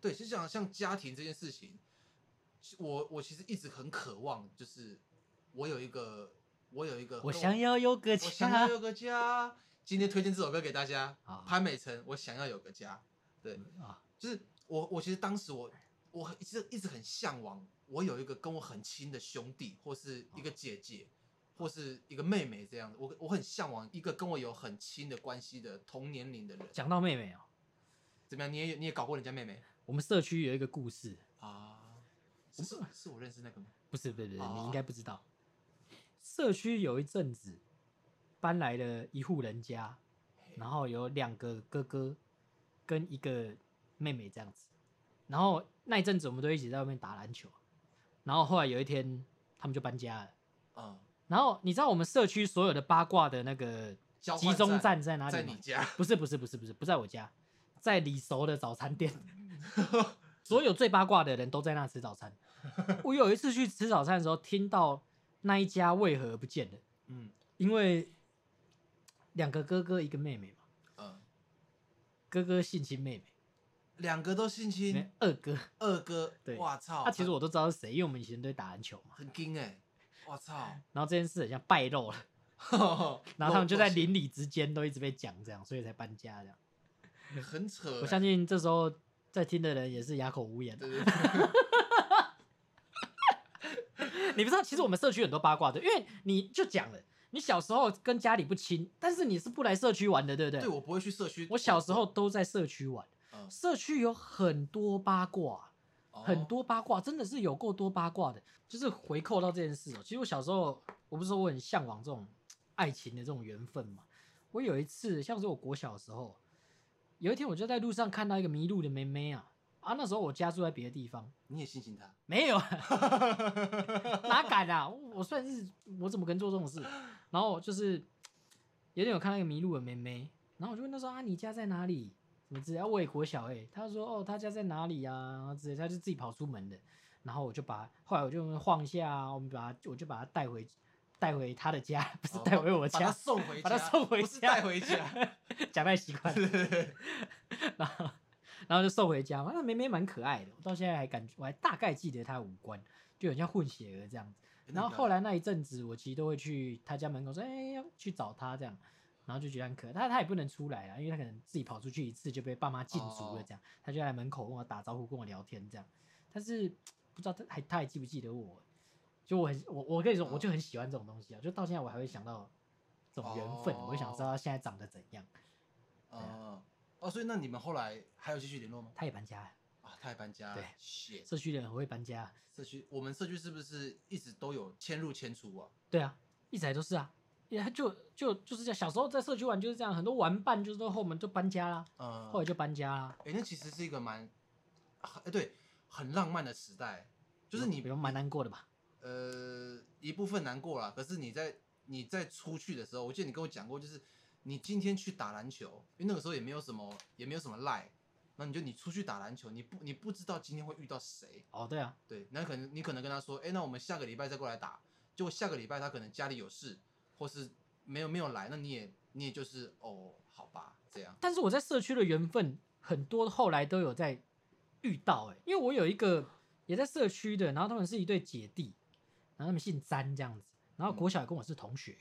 Speaker 3: 对，就像像家庭这件事情，其我我其实一直很渴望，就是我有一个，我有一个，
Speaker 2: 我想，要有个
Speaker 3: 我想要
Speaker 2: 家。
Speaker 3: 有个家。今天推荐这首歌给大家
Speaker 2: 好，
Speaker 3: 潘美辰，我想要有个家。对，
Speaker 2: 啊，
Speaker 3: 就是我我其实当时我我一直一直很向往，我有一个跟我很亲的兄弟，或是一
Speaker 2: 哦
Speaker 3: 个姐姐，或是一个妹妹这样子，我我很向往一个跟我有很亲的关系的同年龄的人。
Speaker 2: 讲到妹妹哦、
Speaker 3: 怎么样？你也你也搞过人家妹妹
Speaker 2: 我们社区有一个故事，
Speaker 3: 啊？是是是我认识那个吗？
Speaker 2: 不是，不是，不是，你
Speaker 3: 哦
Speaker 2: 应该不知道。社区有一阵子搬来了一户人家，
Speaker 3: 嗯
Speaker 2: 然后有两个哥哥跟一个妹妹这样子。然后那一阵子我们都一起在外面打篮球，然后后来有一天他们就搬家了。
Speaker 3: 嗯，
Speaker 2: 然后你知道我们社区所有的八卦的那个
Speaker 3: 交换
Speaker 2: 集中
Speaker 3: 站
Speaker 2: 站在哪
Speaker 3: 在
Speaker 2: 里吗
Speaker 3: 你？家
Speaker 2: 不是不是不是不是不在我家，在李熟的早餐店， 所有最八卦的人都在那吃早餐。我有一次去吃早餐的时候，听到那一家为何不见了，
Speaker 3: 嗯
Speaker 2: 因为两个哥哥一个妹妹嘛，
Speaker 3: 嗯，
Speaker 2: 哥哥性侵妹妹，
Speaker 3: 两个都性侵，
Speaker 2: 二哥，
Speaker 3: 二哥
Speaker 2: 对，
Speaker 3: 哇操！
Speaker 2: 他其实我都知道是谁，因为我们以前都会打篮球嘛。
Speaker 3: 很惊哎，哇操！
Speaker 2: 然后这件事很像败露了， 然后他们就在邻里之间都一直被讲这样，所以才搬家这样。
Speaker 3: 里，很扯欸。
Speaker 2: 我相信这时候在听的人也是哑口无言的
Speaker 3: 对，对对，
Speaker 2: 你不知道，其实我们社区很多八卦的，因为你就讲了，你小时候跟家里不亲，但是你是不来社区玩的，对不对？
Speaker 3: 对我不会去社区。
Speaker 2: 我小时候都在社区玩，
Speaker 3: 嗯
Speaker 2: 社区有很多八卦，
Speaker 3: 哦
Speaker 2: 很多八卦，真的是有够多八卦的。就是回扣到这件事哦，其实我小时候，我不是说我很向往这种爱情的这种缘分嘛。我有一次，像是我国小的时候，有一天我就在路上看到一个迷路的妹妹啊啊，那时候我家住在别的地方，
Speaker 3: 你也性侵他，
Speaker 2: 没有，啊 哪敢啊！我算是我怎么可能做这种事？然后就是有点有看到一个迷路的妹妹，然后我就问她说啊，你家在哪里？什么之类的，啊我也国小哎、欸，她说哦，她家在哪里呀、啊？然后之类，她就自己跑出门的。然后我就把，后来我就晃一下啊，我们把她，我就把她带回带回她的家， 不是
Speaker 3: 哦
Speaker 2: 带回我
Speaker 3: 把他
Speaker 2: 家，
Speaker 3: 送回家，
Speaker 2: 把他送回
Speaker 3: 不是
Speaker 2: 家
Speaker 3: 带回 家。
Speaker 2: 讲太习 惯了。然后然后就送回家嘛。那梅梅蛮可爱的，我到现在还感觉我还大概记得她的五官，就很像混血儿这样子。然后后来那一阵子，我其实都会去她家门口说：“哎、要去找她这样。”然后就觉得很可爱，但她也不能出来啊，因为她可能自己跑出去一次就被爸妈禁足了，这样，她就在门口跟我打招呼，跟我聊天这样。但是不知道她还她还记不记得我？就我很我我跟你说，
Speaker 3: 哦
Speaker 2: 我就很喜欢这种东西啊，就到现在我还会想到这种缘分，我会想知道她现在长得怎样。
Speaker 3: 嗯，哦，所以那你们后来还有继续联络吗？
Speaker 2: 她也搬家了，
Speaker 3: 啊，他也搬家了，
Speaker 2: 对
Speaker 3: shit
Speaker 2: 社区的人很会搬家啊。
Speaker 3: 社区，我们社区是不是一直都有迁入迁出啊？
Speaker 2: 对啊，一直以来都是啊，也就就就是这样。小时候在社区玩就是这样，很多玩伴就是都后门就搬家啦，
Speaker 3: 嗯，
Speaker 2: 后来就搬家啦，
Speaker 3: 哎、那其实是一个蛮，哎、对，很浪漫的时代，就是
Speaker 2: 比
Speaker 3: 你
Speaker 2: 如蛮难过的吧？
Speaker 3: 呃一部分难过啦，可是你在你在出去的时候，我记得你跟我讲过，就是你今天去打篮球，因为那个时候也没有什么也没有什么赖，那你就你出去打篮球，你不你不知道今天会遇到谁，
Speaker 2: 哦，对啊，
Speaker 3: 对，那可能你可能跟他说，哎、那我们下个礼拜再过来打，结果下个礼拜他可能家里有事，或是没有没有来，那你也你也就是哦好吧这样，
Speaker 2: 但是我在社区的缘分很多，后来都有在遇到哎、欸因为我有一个也在社区的，然后他们是一对姐弟，然后他们姓詹这样子，然后国小也跟我是同学，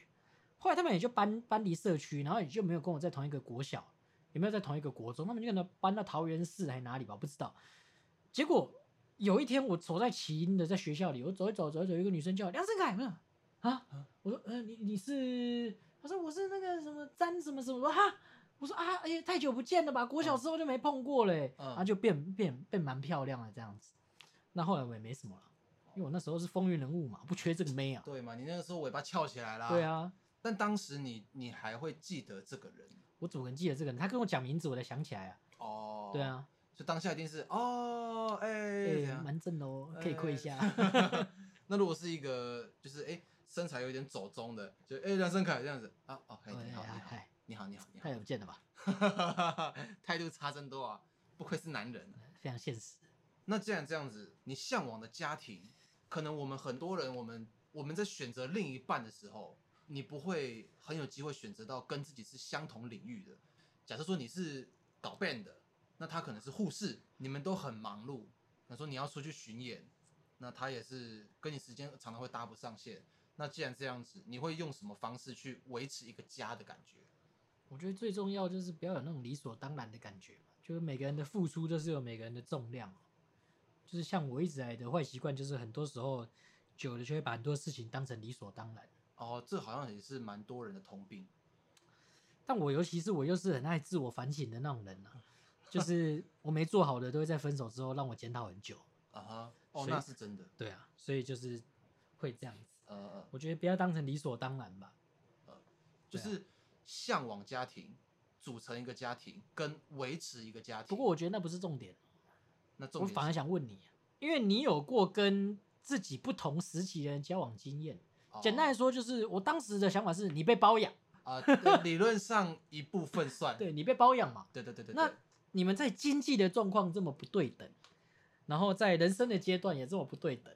Speaker 2: 后来他们也就搬搬离社区，然后也就没有跟我在同一个国小，也没有在同一个国中，他们就可能搬到桃园市还哪里吧，我不知道。结果有一天我走在起因的在学校里，我走一走走一走，有一个女生叫我梁胜凯，我说啊，我说呃你你是，她说我是那个什么詹什么什么，我说哈。我说啊，哎、呀，太久不见了吧？国小之后就没碰过嘞、欸，
Speaker 3: 嗯
Speaker 2: 然后就变变变蛮漂亮了这样子。那后来我也没什么了，因为我那时候是风云人物嘛，不缺这个妹啊。
Speaker 3: 对嘛？你那个时候尾巴翘起来啦。
Speaker 2: 对。啊，
Speaker 3: 但当时你你还会记得这个人
Speaker 2: 我怎么可能记得这个人？他跟我讲名字，我才想起来啊。
Speaker 3: 哦。
Speaker 2: 对。啊，
Speaker 3: 就当下一定是哦，哎、这
Speaker 2: 哎，
Speaker 3: 样
Speaker 2: 蛮正的哦，可以亏一下。
Speaker 3: 那如果是一个就是哎、身材有点走中的，就哎、梁生凯这样子啊，哦，嘿，你好，
Speaker 2: 哎哎哎
Speaker 3: 你好，你好，你 好，
Speaker 2: 太有见了吧，
Speaker 3: 你好，态度差真多啊，不愧是男人啊、
Speaker 2: 非常现实。
Speaker 3: 那既然这样子，你向往的家庭，可能我们很多人，我们我们在选择另一半的时候，你不会很有机会选择到跟自己是相同领域的。假设说你是搞 band 的，那他可能是护士，你们都很忙碌。那说你要出去巡演，那他也是跟你时间常常会搭不上线。那既然这样子，你会用什么方式去维持一个家的感觉？
Speaker 2: 我觉得最重要就是不要有那种理所当然的感觉嘛，就是每个人的付出都是有每个人的重量嘛。就是像我一直来的坏习惯，就是很多时候久了就会把很多事情当成理所当然。
Speaker 3: 哦，这好像也是蛮多人的通病。
Speaker 2: 但我尤其是我又是很爱自我反省的那种人啊，就是我没做好的都会在分手之后让我检讨很久。
Speaker 3: 啊哈，哦，
Speaker 2: 所以
Speaker 3: 那是真的。
Speaker 2: 对啊，所以就是会这样子。
Speaker 3: 呃呃。
Speaker 2: 我觉得不要当成理所当然吧。
Speaker 3: 就
Speaker 2: 对啊
Speaker 3: 是向往家庭，组成一个家庭，跟维持一个家庭。
Speaker 2: 不过我觉得那不是重点，
Speaker 3: 那重
Speaker 2: 我
Speaker 3: 点
Speaker 2: 反而想问你，啊因为你有过跟自己不同时期的人交往经验。
Speaker 3: 想
Speaker 2: 简单来说，就是我当时的想法是你被包养，
Speaker 3: 啊，对理论上一部分算
Speaker 2: 对你被包养嘛。
Speaker 3: 对对对对
Speaker 2: 那
Speaker 3: 对
Speaker 2: 你们在经济的状况这么不对等，然后在人生的阶段也这么不对等，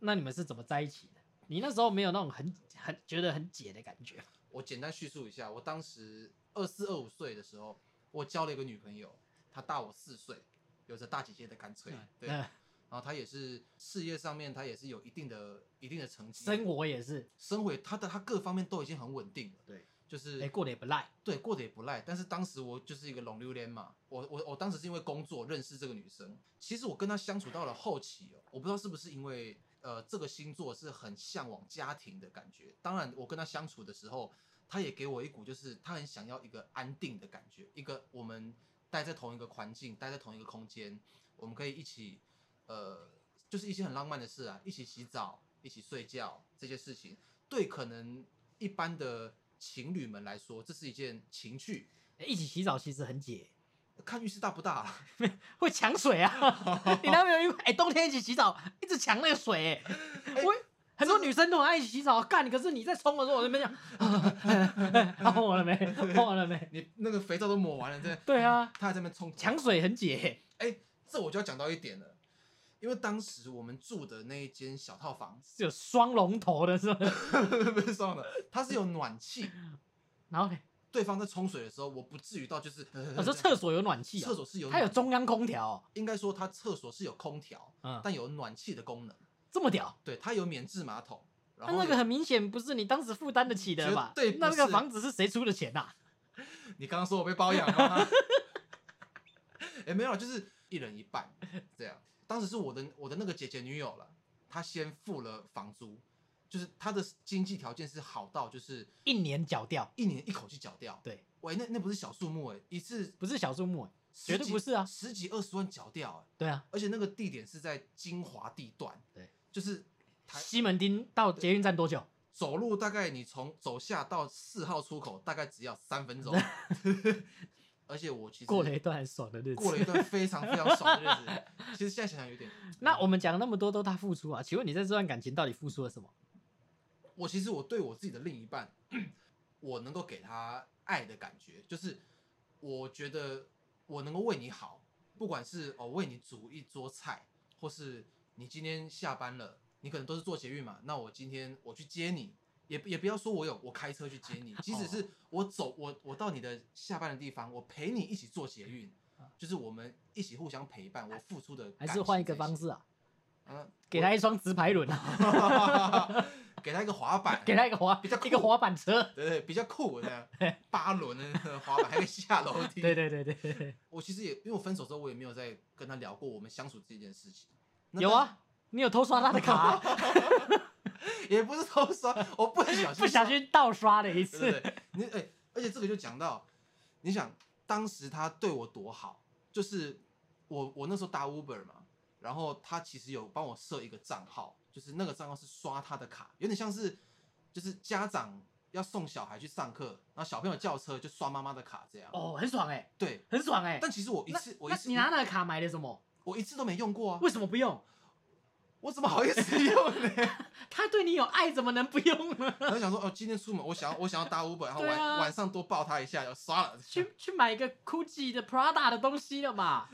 Speaker 2: 那你们是怎么在一起的？你那时候没有那种很很觉得很解的感觉吗，
Speaker 3: 我简单叙述一下，我当时二四二五岁的时候，我交了一个女朋友，她大我四岁，有着大姐姐的干脆， 对。
Speaker 2: 嗯，
Speaker 3: 然后她也是事业上面，她也是有一定的一定的成绩，
Speaker 2: 生活也是，
Speaker 3: 生活她的她各方面都已经很稳定了，
Speaker 2: 对，
Speaker 3: 就是
Speaker 2: 哎、过得也不赖，
Speaker 3: 对，过得也不赖。但是当时我就是一个龙榴莲嘛，我我我当时是因为工作认识这个女生。其实我跟她相处到了后期哦，我不知道是不是因为呃这个星座是很向往家庭的感觉。当然，我跟她相处的时候，她也给我一股就是她很想要一个安定的感觉，一个我们待在同一个环境，待在同一个空间，我们可以一起呃，就是一些很浪漫的事啊，一起洗澡，一起睡觉这些事情，对可能一般的情侣们来说，这是一件情趣。
Speaker 2: 哎一起洗澡其实很解，
Speaker 3: 看浴室大不大、啊？
Speaker 2: 会抢水啊！你男朋友因为哎、冬天一起洗澡，一直抢那个水、欸，
Speaker 3: 哎
Speaker 2: 我很多女生都很爱洗澡，干你！可是你在冲的时候，我这边讲，啊哎 哎碰我了没？碰我了没？
Speaker 3: 你那个肥皂都抹完了，这
Speaker 2: 对啊，
Speaker 3: 他还在那边冲头
Speaker 2: 抢水很解、
Speaker 3: 哎、这我就要讲到一点了，因为当时我们住的那一间小套房
Speaker 2: 是有双龙头的是吗？
Speaker 3: 不是算了，它是有暖气。
Speaker 2: 然后呢，
Speaker 3: 对方在冲水的时候，我不至于到就是，
Speaker 2: 我哦说 厕所有暖气啊、
Speaker 3: 厕所是有暖，
Speaker 2: 它有中央空调哦、
Speaker 3: 应该说它厕所是有空调，
Speaker 2: 嗯，
Speaker 3: 但有暖气的功能。
Speaker 2: 这么屌，
Speaker 3: 对，它有免治马桶，然
Speaker 2: 那
Speaker 3: 后
Speaker 2: 那个很明显不是你当时负担得起的吧？
Speaker 3: 绝对不
Speaker 2: 那那个
Speaker 3: 是
Speaker 2: 房子是谁出的钱呐、啊？
Speaker 3: 你刚刚说我被包养吗？ 哎、没有，就是一人一半这样。当时是我的我的那个姐姐女友了，她先付了房租，就是她的经济条件是好到就是
Speaker 2: 一年缴掉，
Speaker 3: 一年一口气缴掉。
Speaker 2: 对，
Speaker 3: 喂，那那不是小数目哎、一次
Speaker 2: 不是小数目、欸，
Speaker 3: 十
Speaker 2: 绝对
Speaker 3: 几
Speaker 2: 不是啊
Speaker 3: 十几二十万缴掉哎、
Speaker 2: 对啊，
Speaker 3: 而且那个地点是在金华地段，
Speaker 2: 对，
Speaker 3: 就是台
Speaker 2: 西门町到捷运站多久？
Speaker 3: 走路大概你从走下到四号出口大概只要三 分钟，而且我其实
Speaker 2: 过了一段很爽的日子。
Speaker 3: 过了一段非常非常爽的日子。其实现在想想有点，
Speaker 2: 那我们讲了那么多都他付出啊，请问你在这段感情到底付出了什么？
Speaker 3: 我其实我对我自己的另一半，我能够给他爱的感觉，就是我觉得我能够为你好，不管是哦为你煮一桌菜，或是你今天下班了，你可能都是做捷运嘛，那我今天我去接你。也也不要说我有我开车去接 你，即使
Speaker 2: 哦
Speaker 3: 是我走我我到你的下班的地方，我陪你一起做捷运，就是我们一起互相陪伴，我付出的
Speaker 2: 啊还
Speaker 3: 感
Speaker 2: 是
Speaker 3: 情
Speaker 2: 换一
Speaker 3: 这
Speaker 2: 个方
Speaker 3: 些，
Speaker 2: 式啊，
Speaker 3: 嗯，
Speaker 2: 给他一双直排轮啊，
Speaker 3: 给他一个滑板，
Speaker 2: 给他一 个滑
Speaker 3: 比较酷
Speaker 2: 一个滑板车。
Speaker 3: 对对，比较酷的八轮的那个滑板，还可以下楼梯。
Speaker 2: 对对对对对，
Speaker 3: 我其实也因为我分手之后，我也没有再跟他聊过我们相处这件事情。那
Speaker 2: 有啊，你有偷刷他的卡 啊、
Speaker 3: 但是，也不是偷刷，我不小心
Speaker 2: 不小心盗刷了一
Speaker 3: 刷。对
Speaker 2: 次
Speaker 3: 对。对， 你哎、而且这个就讲到，你想当时他对我多好，就是我我那时候打 Uber 嘛，然后他其实有帮我设一个账号，就是那个账号是刷他的卡，有点像是就是家长要送小孩去上课，然后小朋友叫车就刷妈妈的卡这样。
Speaker 2: 哦，很爽哎、
Speaker 3: 对，
Speaker 2: 很爽哎、
Speaker 3: 但其实我一
Speaker 2: 那
Speaker 3: 次我一
Speaker 2: 那
Speaker 3: 次
Speaker 2: 你拿那个卡买的什么？
Speaker 3: 我一次都没用过啊，
Speaker 2: 为什么不用？
Speaker 3: 我怎么好意思用呢？
Speaker 2: 他对你有爱，怎么能不用呢？
Speaker 3: 然后想说哦，今天出门我想要我想要搭 Uber，然后
Speaker 2: 对
Speaker 3: 晚、
Speaker 2: 啊
Speaker 3: 晚上多抱他一下，就刷了。
Speaker 2: 去去买一个 GUCCI 的 Prada 的东西了嘛？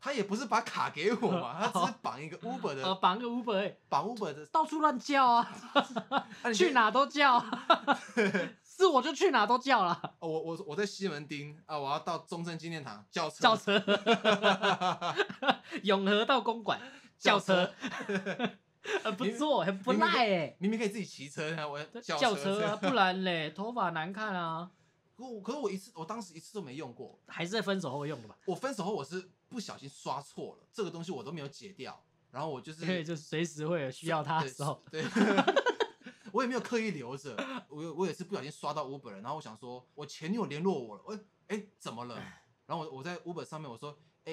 Speaker 3: 他也不是把卡给我嘛， 他只是绑一个 Uber
Speaker 2: 呃，
Speaker 3: 的，
Speaker 2: 绑个 Uber，、欸、
Speaker 3: 绑 Uber 的。
Speaker 2: 到处乱叫啊，
Speaker 3: 啊你
Speaker 2: 去哪都 叫，是我就去哪都叫了，
Speaker 3: 哦，我我我在西门町啊，我要到中正纪念堂叫车，
Speaker 2: 叫车，永和到 公馆叫车， 很不错，很不赖哎、
Speaker 3: 明明可以自己骑车，然后我
Speaker 2: 欸，
Speaker 3: 叫
Speaker 2: 叫
Speaker 3: 车
Speaker 2: 车
Speaker 3: 这
Speaker 2: 啊，
Speaker 3: 样。
Speaker 2: 不然嘞，头发难看啊，
Speaker 3: 可我可是我一次，我当时一次都没用过。
Speaker 2: 还是在分手后用的吧，
Speaker 3: 我分手后我是不小心刷错了，这个东西我都没有解掉，然后我就是
Speaker 2: 因为 就随时会有需要他的时候，
Speaker 3: 对， 我也没有刻意留着，我有我也是不小心刷到 Uber 了，然后我想说，我前女友联络我了，我哎、怎么了？然后我我在 Uber 上面我说，哎、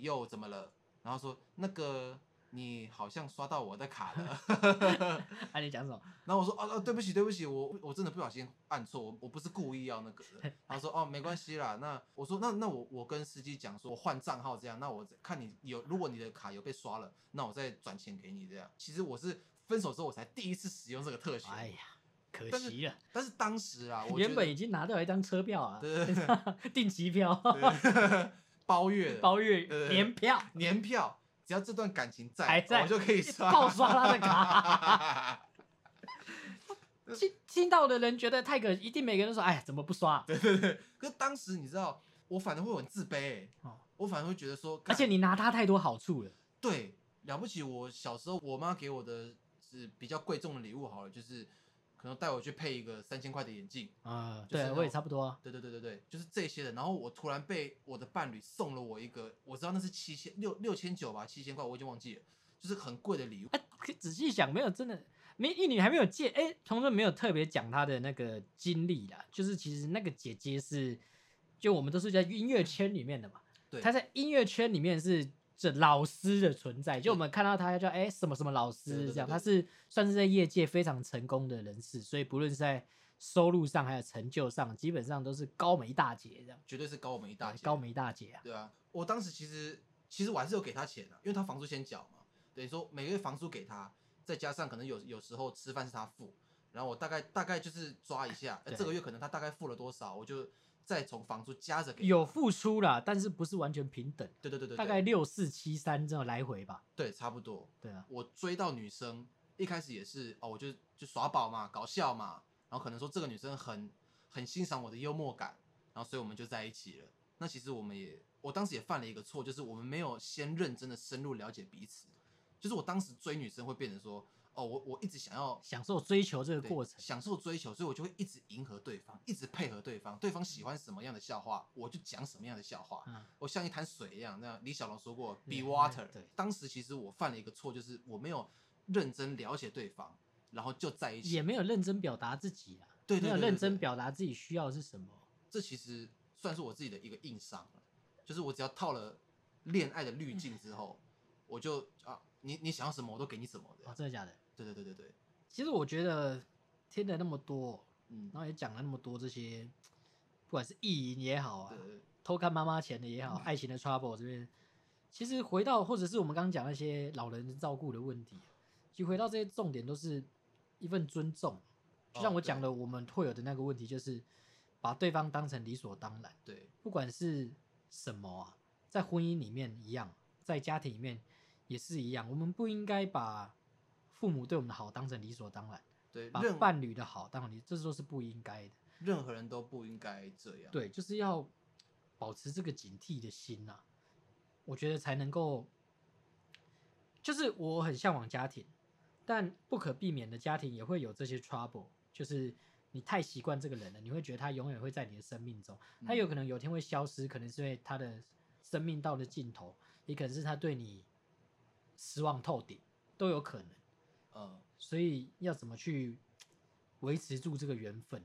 Speaker 3: 又怎么了？然后说那个你好像刷到我的卡了，
Speaker 2: 哎、你讲什么？
Speaker 3: 然后我说哦哦、对不起对不起，我我真的不小心按错，我我不是故意要那个 的。他说哦没关系啦，那我说那那我我跟司机讲说我换账号这样，那我看你有如果你的卡有被刷了，那我再转钱给你这样。其实我是分手之后我才第一次使用这个特权，
Speaker 2: 哎呀，可
Speaker 3: 但是
Speaker 2: 惜了。
Speaker 3: 但是当时啊，我
Speaker 2: 原
Speaker 3: 觉
Speaker 2: 本
Speaker 3: 得
Speaker 2: 已经拿到一张车票啊，
Speaker 3: 对对对
Speaker 2: 定期票、
Speaker 3: 对 包月的
Speaker 2: 包月
Speaker 3: 对对对
Speaker 2: 年票，
Speaker 3: 年票，只要这段感情
Speaker 2: 还
Speaker 3: 在，
Speaker 2: 在
Speaker 3: 我就可以刷
Speaker 2: 爆刷他 的卡。
Speaker 3: 卡。
Speaker 2: 听听到的人觉得太可，一定每个人都说，哎，怎么不刷？
Speaker 3: 对对对，可是当时你知道，我反而会很自卑、欸
Speaker 2: 哦，
Speaker 3: 我反而会觉得说，
Speaker 2: 而
Speaker 3: 干
Speaker 2: 且你拿他太多好处了，
Speaker 3: 对了不起，我小时候我妈给我的是比较贵重的礼物，好了，就是可能带我去配一个三千块的眼镜。
Speaker 2: 啊，
Speaker 3: 就是那
Speaker 2: 对
Speaker 3: 种
Speaker 2: 我也差不多啊，
Speaker 3: 对对对对对，就是这些的。然后我突然被我的伴侣送了我一个，我知道那是七千六六千九吧，七千块我已经忘记了，就是很贵的礼物。
Speaker 2: 哎，可仔细想，没有真的。没，一女还没有借，哎、同学没有特别讲她的那个经历啦，就是其实那个姐姐是，就我们都是在音乐圈里面的嘛，
Speaker 3: 对
Speaker 2: 她在音乐圈里面是这老师的存在，就我们看到她叫哎、什么什么老
Speaker 3: 对对
Speaker 2: 师
Speaker 3: 对
Speaker 2: 这样，
Speaker 3: 对
Speaker 2: 她是算是在业界非常成功的人士，所以不论是在收入上还有成就上，基本上都是高眉大姐这样，
Speaker 3: 绝对是高我们一大截。
Speaker 2: 高眉大姐啊，
Speaker 3: 对啊，我当时其实其实我还是有给他钱的、因为他房租先缴嘛，等于说每个月房租给他，再加上可能有有时候吃饭是他付，然后我大概大概就是抓一下，呃
Speaker 2: 对
Speaker 3: 这个月可能他大概付了多少，我就再从房租加着给他。
Speaker 2: 有付出啦，但是不是完全平等，
Speaker 3: 对对对对，
Speaker 2: 大
Speaker 3: 对
Speaker 2: 概六四七三这样来回吧，
Speaker 3: 对差不多。
Speaker 2: 对啊。
Speaker 3: 我追到女生一开始也是哦，我就就耍宝嘛，搞笑嘛，然后可能说这个女生很很欣赏我的幽默感，然后所以我们就在一起了。那其实我们也，我当时也犯了一个错，就是我们没有先认真的深入了解彼此。就是我当时追女生会变成说，哦，我我一直想要
Speaker 2: 享受追求这个
Speaker 3: 对
Speaker 2: 过程。
Speaker 3: 享受追求，所以我就会一直迎合对方，一直配合对方，对方喜欢什么样的笑话，我就讲什么样的笑话。
Speaker 2: 嗯，
Speaker 3: 我哦像一滩水一样。那李小龙说过
Speaker 2: 嗯
Speaker 3: ，“Be water”、
Speaker 2: 对
Speaker 3: 当时其实我犯了一个错，就是我没有认真了解对方，然后就在一起。
Speaker 2: 也没有认真表达自己啊，
Speaker 3: 对对对
Speaker 2: 没有
Speaker 3: 对
Speaker 2: 认真
Speaker 3: 对
Speaker 2: 表达自己需要的是什么。
Speaker 3: 这其实算是我自己的一个硬伤了，就是我只要套了恋爱的滤镜之后，我就啊，你你想要什么我都给你什么
Speaker 2: 哦，
Speaker 3: 的。
Speaker 2: 真的假的？
Speaker 3: 对对对对对，
Speaker 2: 其实我觉得听了那么多，
Speaker 3: 嗯，
Speaker 2: 然后也讲了那么多这些，不管是意淫也好啊
Speaker 3: 对，对对
Speaker 2: 偷看妈妈钱的也好，
Speaker 3: 嗯
Speaker 2: 爱情的 trouble 这边，其实回到或者是我们刚刚讲那些老人照顾的问题，其实回到这些重点都是一份尊重。就像
Speaker 3: 哦
Speaker 2: 我讲
Speaker 3: 对
Speaker 2: 的，我们会有的那个问题就是把对方当成理所当然。
Speaker 3: 对，
Speaker 2: 不管是什么啊，在婚姻里面一样，在家庭里面也是一样，我们不应该把父母对我们的好当成理所当然，
Speaker 3: 对
Speaker 2: 把
Speaker 3: 任
Speaker 2: 伴侣的好当成理，这都是不应该的。
Speaker 3: 任何人都不应该这样。
Speaker 2: 对，就是要保持这个警惕的心呐、我觉得才能够，就是我很向往家庭，但不可避免的家庭也会有这些 trouble，就是你太习惯这个人了，你会觉得他永远会在你的生命中，他
Speaker 3: 嗯
Speaker 2: 有可能有天会消失，可能是因为他的生命到了尽头，也可能是他对你失望透顶，都有可能。
Speaker 3: 嗯，
Speaker 2: 所以要怎么去维持住这个缘分，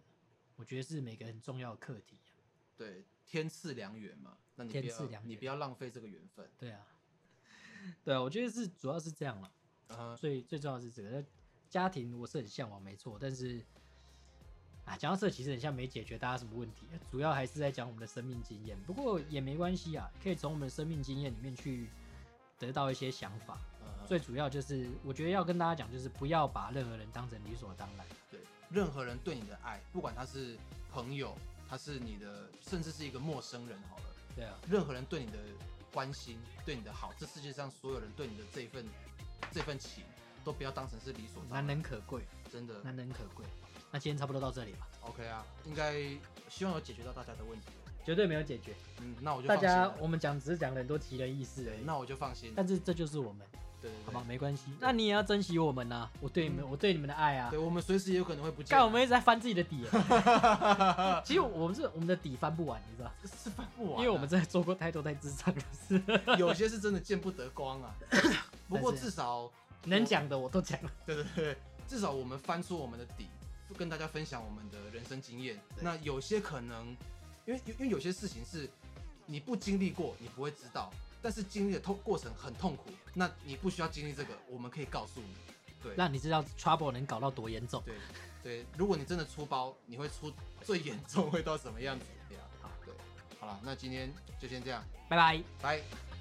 Speaker 2: 我觉得是每个很重要的课题啊、
Speaker 3: 对，天赐良缘嘛，那你
Speaker 2: 天
Speaker 3: 不
Speaker 2: 赐
Speaker 3: 要
Speaker 2: 良
Speaker 3: 你
Speaker 2: 缘
Speaker 3: 不要浪费这个缘分。
Speaker 2: 对啊， 对啊，我觉得是主要是这样了，
Speaker 3: 呃，
Speaker 2: 最最重要的是这个家庭我是很向往，没错，但是啊，讲到这其实很像没解决大家什么问题，主要还是在讲我们的生命经验，不过也没关系啊，可以从我们的生命经验里面去得到一些想法。
Speaker 3: 呃
Speaker 2: 最主要就是，我觉得要跟大家讲，就是不要把任何人当成理所当然。
Speaker 3: 对，任何人对你的爱，不管他是朋友，他是你的，甚至是一个陌生人好了，
Speaker 2: 对啊，
Speaker 3: 任何人对你的关心，对你的好，这世界上所有人对你的这一份这份情，都不要当成是理所当然，
Speaker 2: 难能可贵，
Speaker 3: 真的
Speaker 2: 难能可贵。那今天差不多到这里吧，
Speaker 3: OK 啊，应该希望有解决到大家的问题。
Speaker 2: 绝对没有解决。
Speaker 3: 嗯，那我就
Speaker 2: 大
Speaker 3: 放心
Speaker 2: 家
Speaker 3: 了
Speaker 2: 我们讲只是讲了很多奇人异事而
Speaker 3: 对，
Speaker 2: 已，
Speaker 3: 那我就放心了。
Speaker 2: 但是这就是我们，
Speaker 3: 对对
Speaker 2: 好
Speaker 3: 对，
Speaker 2: 吧，没关系。那你也要珍惜我们呐、我对你们，我对你们的爱啊
Speaker 3: 对，。我们随时也有可能会不见
Speaker 2: 干，。我们一直在翻自己的 底欸，其实我们是我们的底翻不完，你知道，
Speaker 3: 是翻不完、啊
Speaker 2: 因为我们真的做过太多太智障的 事，
Speaker 3: 有些是真的见不得光 啊。不过至少，
Speaker 2: 能讲的我都讲了。
Speaker 3: 对对对，至少我们翻出我们的底，就跟大家分享我们的人生经验。那有些可能，因为因为有些事情是你不经历过，你不会知道。但是经历的痛过程很痛苦，那你不需要经历这个，我们可以告诉你。对，
Speaker 2: 让你知道 trouble 能搞到多严重。
Speaker 3: 对对，如果你真的出包，你会出最严重会到什么样子？对啊，对，好了，那今天就先这样，
Speaker 2: 拜拜。
Speaker 3: 拜。